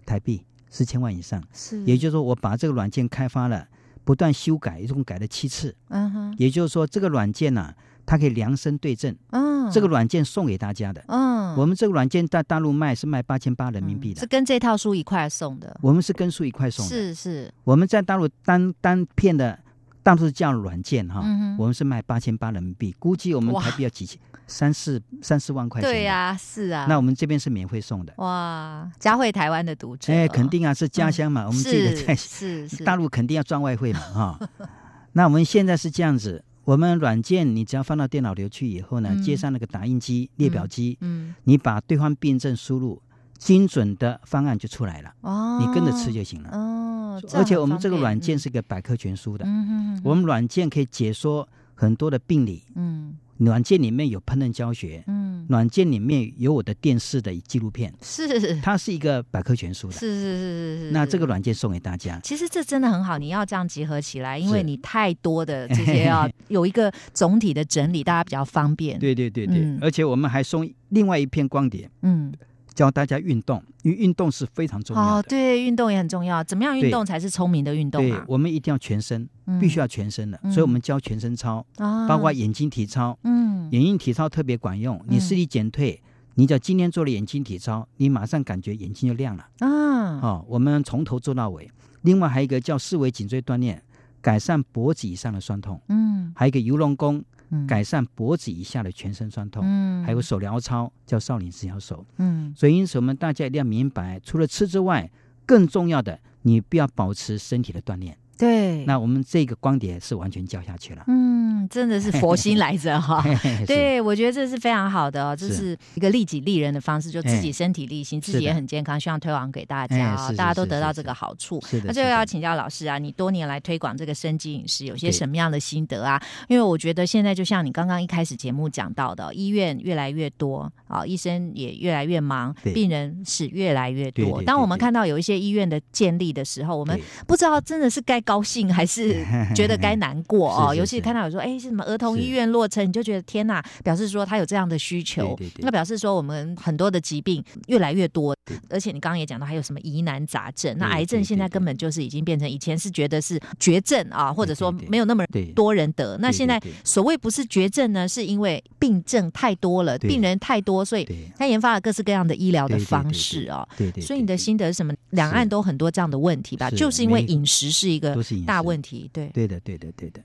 B: 台币，四千万以上，
A: 是，
B: 也就是说，我把这个软件开发了，不断修改，一共改了七次。
A: 嗯哼，
B: 也就是说，这个软件呢、它可以量身对症，
A: 嗯，
B: 这个软件送给大家的。
A: 嗯，
B: 我们这个软件在大陆卖是卖八千八人民币
A: 嗯是
B: 的，
A: 跟这套书一块送的，
B: 我们是跟数一块送的。
A: 是是，
B: 我们在大陆单单片的大陆是叫软件哈，
A: 嗯哼
B: 我们是卖八千八人民币，估计我们
A: 哇
B: 台币要几千三四三四万块钱。
A: 对、呀，是啊，
B: 那我们这边是免费送的。
A: 哇，嘉惠台湾的读者，
B: 哎，肯定啊，是家乡嘛，我们自己的在
A: 嗯是是是
B: <laughs> 大陆肯定要赚外汇嘛哈。 <laughs> 那我们现在是这样子，我们软件你只要放到电脑流去以后呢，
A: 嗯
B: 接上那个打印机、列表机，
A: 嗯
B: 你把对方病症输入，精准的方案就出来了，
A: 哦，
B: 你跟着吃就行了。
A: 哦，
B: 而且我们这个
A: 很方便嗯
B: 软件是，个百科全书的，
A: 嗯嗯
B: 我们软件可以解说很多的病理，
A: 嗯
B: 软件里面有烹饪教学，
A: 嗯，
B: 软件里面有我的电视的纪录片，
A: 是是是
B: 它是一个百科全书的。
A: 是是是，
B: 那这个
A: 软。
B: 软件送给大家，
A: 其实这真的很好，你要这样集合起来，因为
B: 是
A: 你太多的这些
B: <laughs>
A: 要有一个总体的整理，大家比较方便。，
B: 对对对对，
A: 嗯
B: 而且我们还送另外一片光碟，
A: 嗯，
B: 教大家运动，因为运动是非常重要
A: 哦，
B: 的。
A: 对，运动也很重要，怎么样运
B: 对
A: 动才是聪明的运动
B: 对
A: 啊？
B: 我们一定要全身，
A: 嗯
B: 必须要全身的，
A: 嗯
B: 所以我们教全身操，
A: 啊，
B: 包括眼睛体操，
A: 嗯
B: 眼睛体操特别管用，
A: 嗯
B: 你视力减退。你只要今天做了眼睛体操，你马上感觉眼睛就亮了。
A: 啊，
B: 哦，我们从头做到尾。另外还有一个叫四维颈椎锻炼，改善脖子以上的酸痛；
A: 嗯
B: 还有一个游龙功，
A: 嗯，
B: 改善脖子以下的全身酸痛；
A: 嗯，
B: 还有手疗操，叫少林寺疗手。
A: 嗯
B: 所以，因此我们大家一定要明白，除了吃之外，更重要的，你不要保持身体的锻炼。
A: 对，
B: 那我们这个光碟是完全教下去了。
A: 嗯样真的是佛
B: <laughs>
A: 心来着哈。
B: 嘿嘿是
A: 啊对，我觉得这是非常好的哦，这
B: 是
A: 是一个利己利人的方式，就自己
B: 哎
A: 身体力行，自
B: 是
A: 己也
B: 的
A: 很健康，希望推广给大家
B: 哎
A: 哦
B: 是，是
A: 大家都
B: 是
A: 得
B: 是
A: 到
B: 是
A: 这个好处。
B: 是的
A: 那最
B: 是
A: 后
B: 的
A: 要请教老师啊，你多年来推广这个生机饮食，有些
B: 对
A: 什么样的心得啊？因为我觉得现在就像你刚刚一开始节目讲到的，医院越来越多啊，医生也越来越忙，
B: 对
A: 病人是越来越
B: 对
A: 多。
B: 对
A: 当
B: 对
A: 我们
B: 对
A: 看到有一些医院的建立的时候，我们
B: 对
A: 不知道真的是该高兴还
B: <laughs>
A: 是觉得该难过哦。
B: 是是
A: 尤其
B: 是
A: 看到有说，哎，是什么儿童
B: 是
A: 医院落成，你就觉得天呐，表示说他有这样的需求
B: 对对，对
A: 那表示说我们很多的疾病越来越多
B: 对，
A: 而且你刚刚也讲到还有什么疑难杂症，那
B: 对
A: 癌症
B: 对
A: 现
B: 对
A: 在
B: 对
A: 根本就是已经变成以前是觉得是绝症啊，或者说
B: 对对
A: 没有那么
B: 对
A: 多人得，那
B: 对
A: 现在
B: 对对
A: 所谓不是绝症呢，是因为病症太多了，
B: 对
A: 病人太多，所以
B: 对
A: 他研发了各式各样的医疗的
B: 对对
A: 方
B: 对
A: 式哦。
B: 对对，
A: 所以你的
B: 对
A: 心得是什么？两岸都很多这样的问题吧，
B: 是
A: 就是因为
B: 没
A: 饮食是一个
B: 都是饮
A: 大
B: 食
A: 问题，对
B: 对的，对的，对的。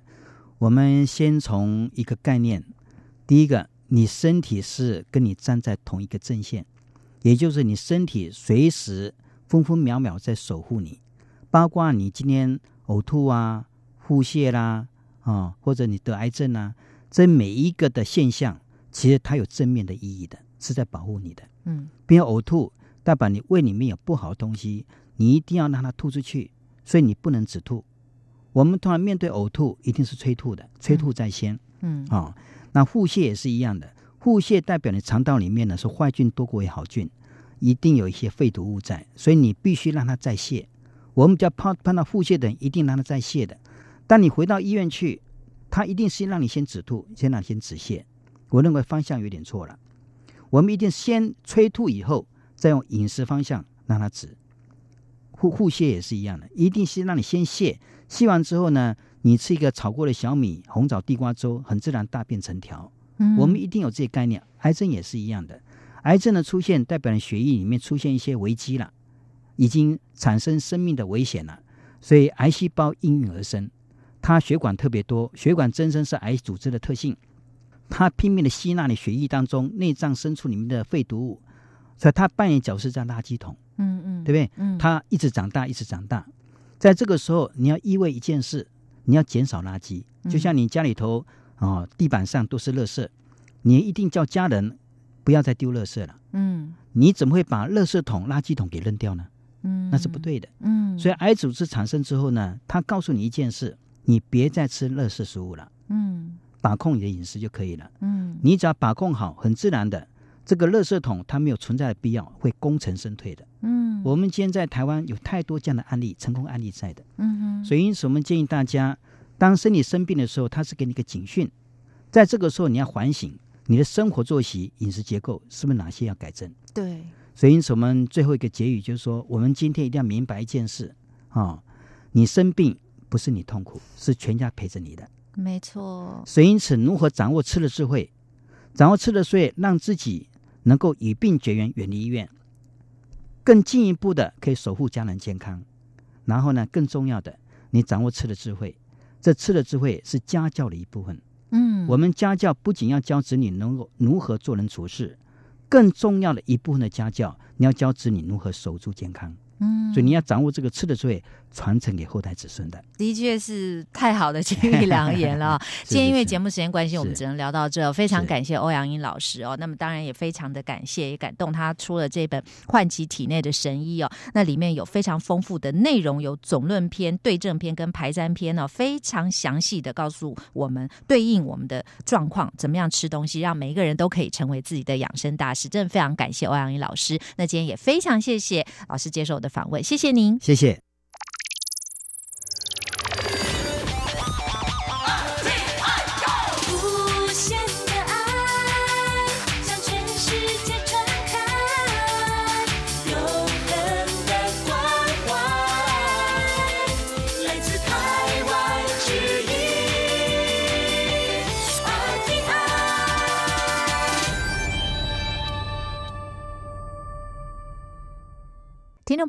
B: 我们先从一个概念，第一个，你身体是跟你站在同一个阵线，也就是你身体随时分分秒秒在守护你，包括你今天呕吐啊、腹泻啦、啊，或者你得癌症啊，这每一个的现象，其实它有正面的意义的，是在保护你的。
A: 嗯，
B: 不要呕吐，代表你胃里面有不好的东西，你一定要让它吐出去，所以你不能只吐。我们通常面对呕吐，一定是催吐的，催吐在先
A: 嗯
B: 啊、哦那腹泻也是一样的，腹泻代表你肠道里面呢是坏菌多过于好菌，一定有一些废毒物在，所以你必须让它再泻。我们只要碰碰到腹泻的人，一定让它再泻的。但你回到医院去，他一定是让你先止吐，先让你先止泻。我认为方向有点错了。我们一定先催吐以后，再用饮食方向让它止。腹腹泻也是一样的，一定是让你先泻，泻完之后呢，你吃一个炒过的小米、红枣地瓜粥，很自然大便成条。
A: 嗯
B: 我们一定有这些概念。癌症也是一样的，癌症的出现代表你血液里面出现一些危机了，已经产生生命的危险了，所以癌细胞应运而生。它血管特别多，血管增生是癌组织的特性，它拼命的吸纳你血液当中内脏深处里面的废毒物，所以它扮演角色在垃圾桶，
A: 嗯嗯
B: 对不对？
A: 嗯
B: 它一直长大，一直长大。在这个时候，你要意味一件事，你要减少垃圾。
A: 嗯
B: 就像你家里头哦，地板上都是垃圾，你一定叫家人不要再丢垃圾了。
A: 嗯
B: 你怎么会把垃圾桶、垃圾桶给扔掉呢？
A: 嗯
B: 那是不对的。
A: 嗯，
B: 所
A: 以
B: 以癌组织产生之后呢，它告诉你一件事：你别再吃垃圾食物了，
A: 嗯
B: 把控你的饮食就可以了。
A: 嗯
B: 你只要把控好，很自然的，这个垃圾桶它没有存在的必要，会功成身退的。
A: 嗯
B: 我们今天在台湾有太多这样的案例，成功案例在的。
A: 嗯
B: 所以，因此我们建议大家，当身体生病的时候，它是给你一个警讯，在这个时候你要反省你的生活作息、饮食结构是不是哪些要改正。
A: 以对
B: 所以，因此我们最后一个结语就是说，我们今天一定要明白一件事啊、你生病不是你痛苦，是全家陪着你的。
A: 没错，
B: 所以，因此如何掌握吃的智慧，掌握吃的智慧，让自己能够与病绝缘，远离医院，更进一步的可以守护家人健康。然后呢，更重要的，你掌握吃的智慧，这吃的智慧是家教的一部分。
A: 嗯
B: 我们家教不仅要教子女能够如何做人处事，更重要的一部分的家教，你要教子女如何守住健康。
A: 嗯
B: 所以，你要掌握这个吃的智慧，传承给后代子孙的。
A: 的确是太好的金玉良言了
B: <laughs>
A: 哦。
B: 是
A: 今天因为
B: 是
A: 节目时间关系，
B: 是
A: 我们只能聊到这。哦非常
B: 是
A: 感谢欧阳英老师哦，那么当然也非常的感谢，也感动他出了这本《唤起体内的神医》哦，那里面有非常丰富的内容，有总论篇、对症篇跟排占篇哦，非常详细的告诉我们对应我们的状况，怎么样吃东西，让每一个人都可以成为自己的养生大师。真的非常感谢欧阳英老师，那今天也非常谢谢老师接受我的访问，谢谢您。
B: 谢谢。
C: 无限的爱向全世界传开，永恒的关怀来自台湾之音。爱的爱。
A: 听众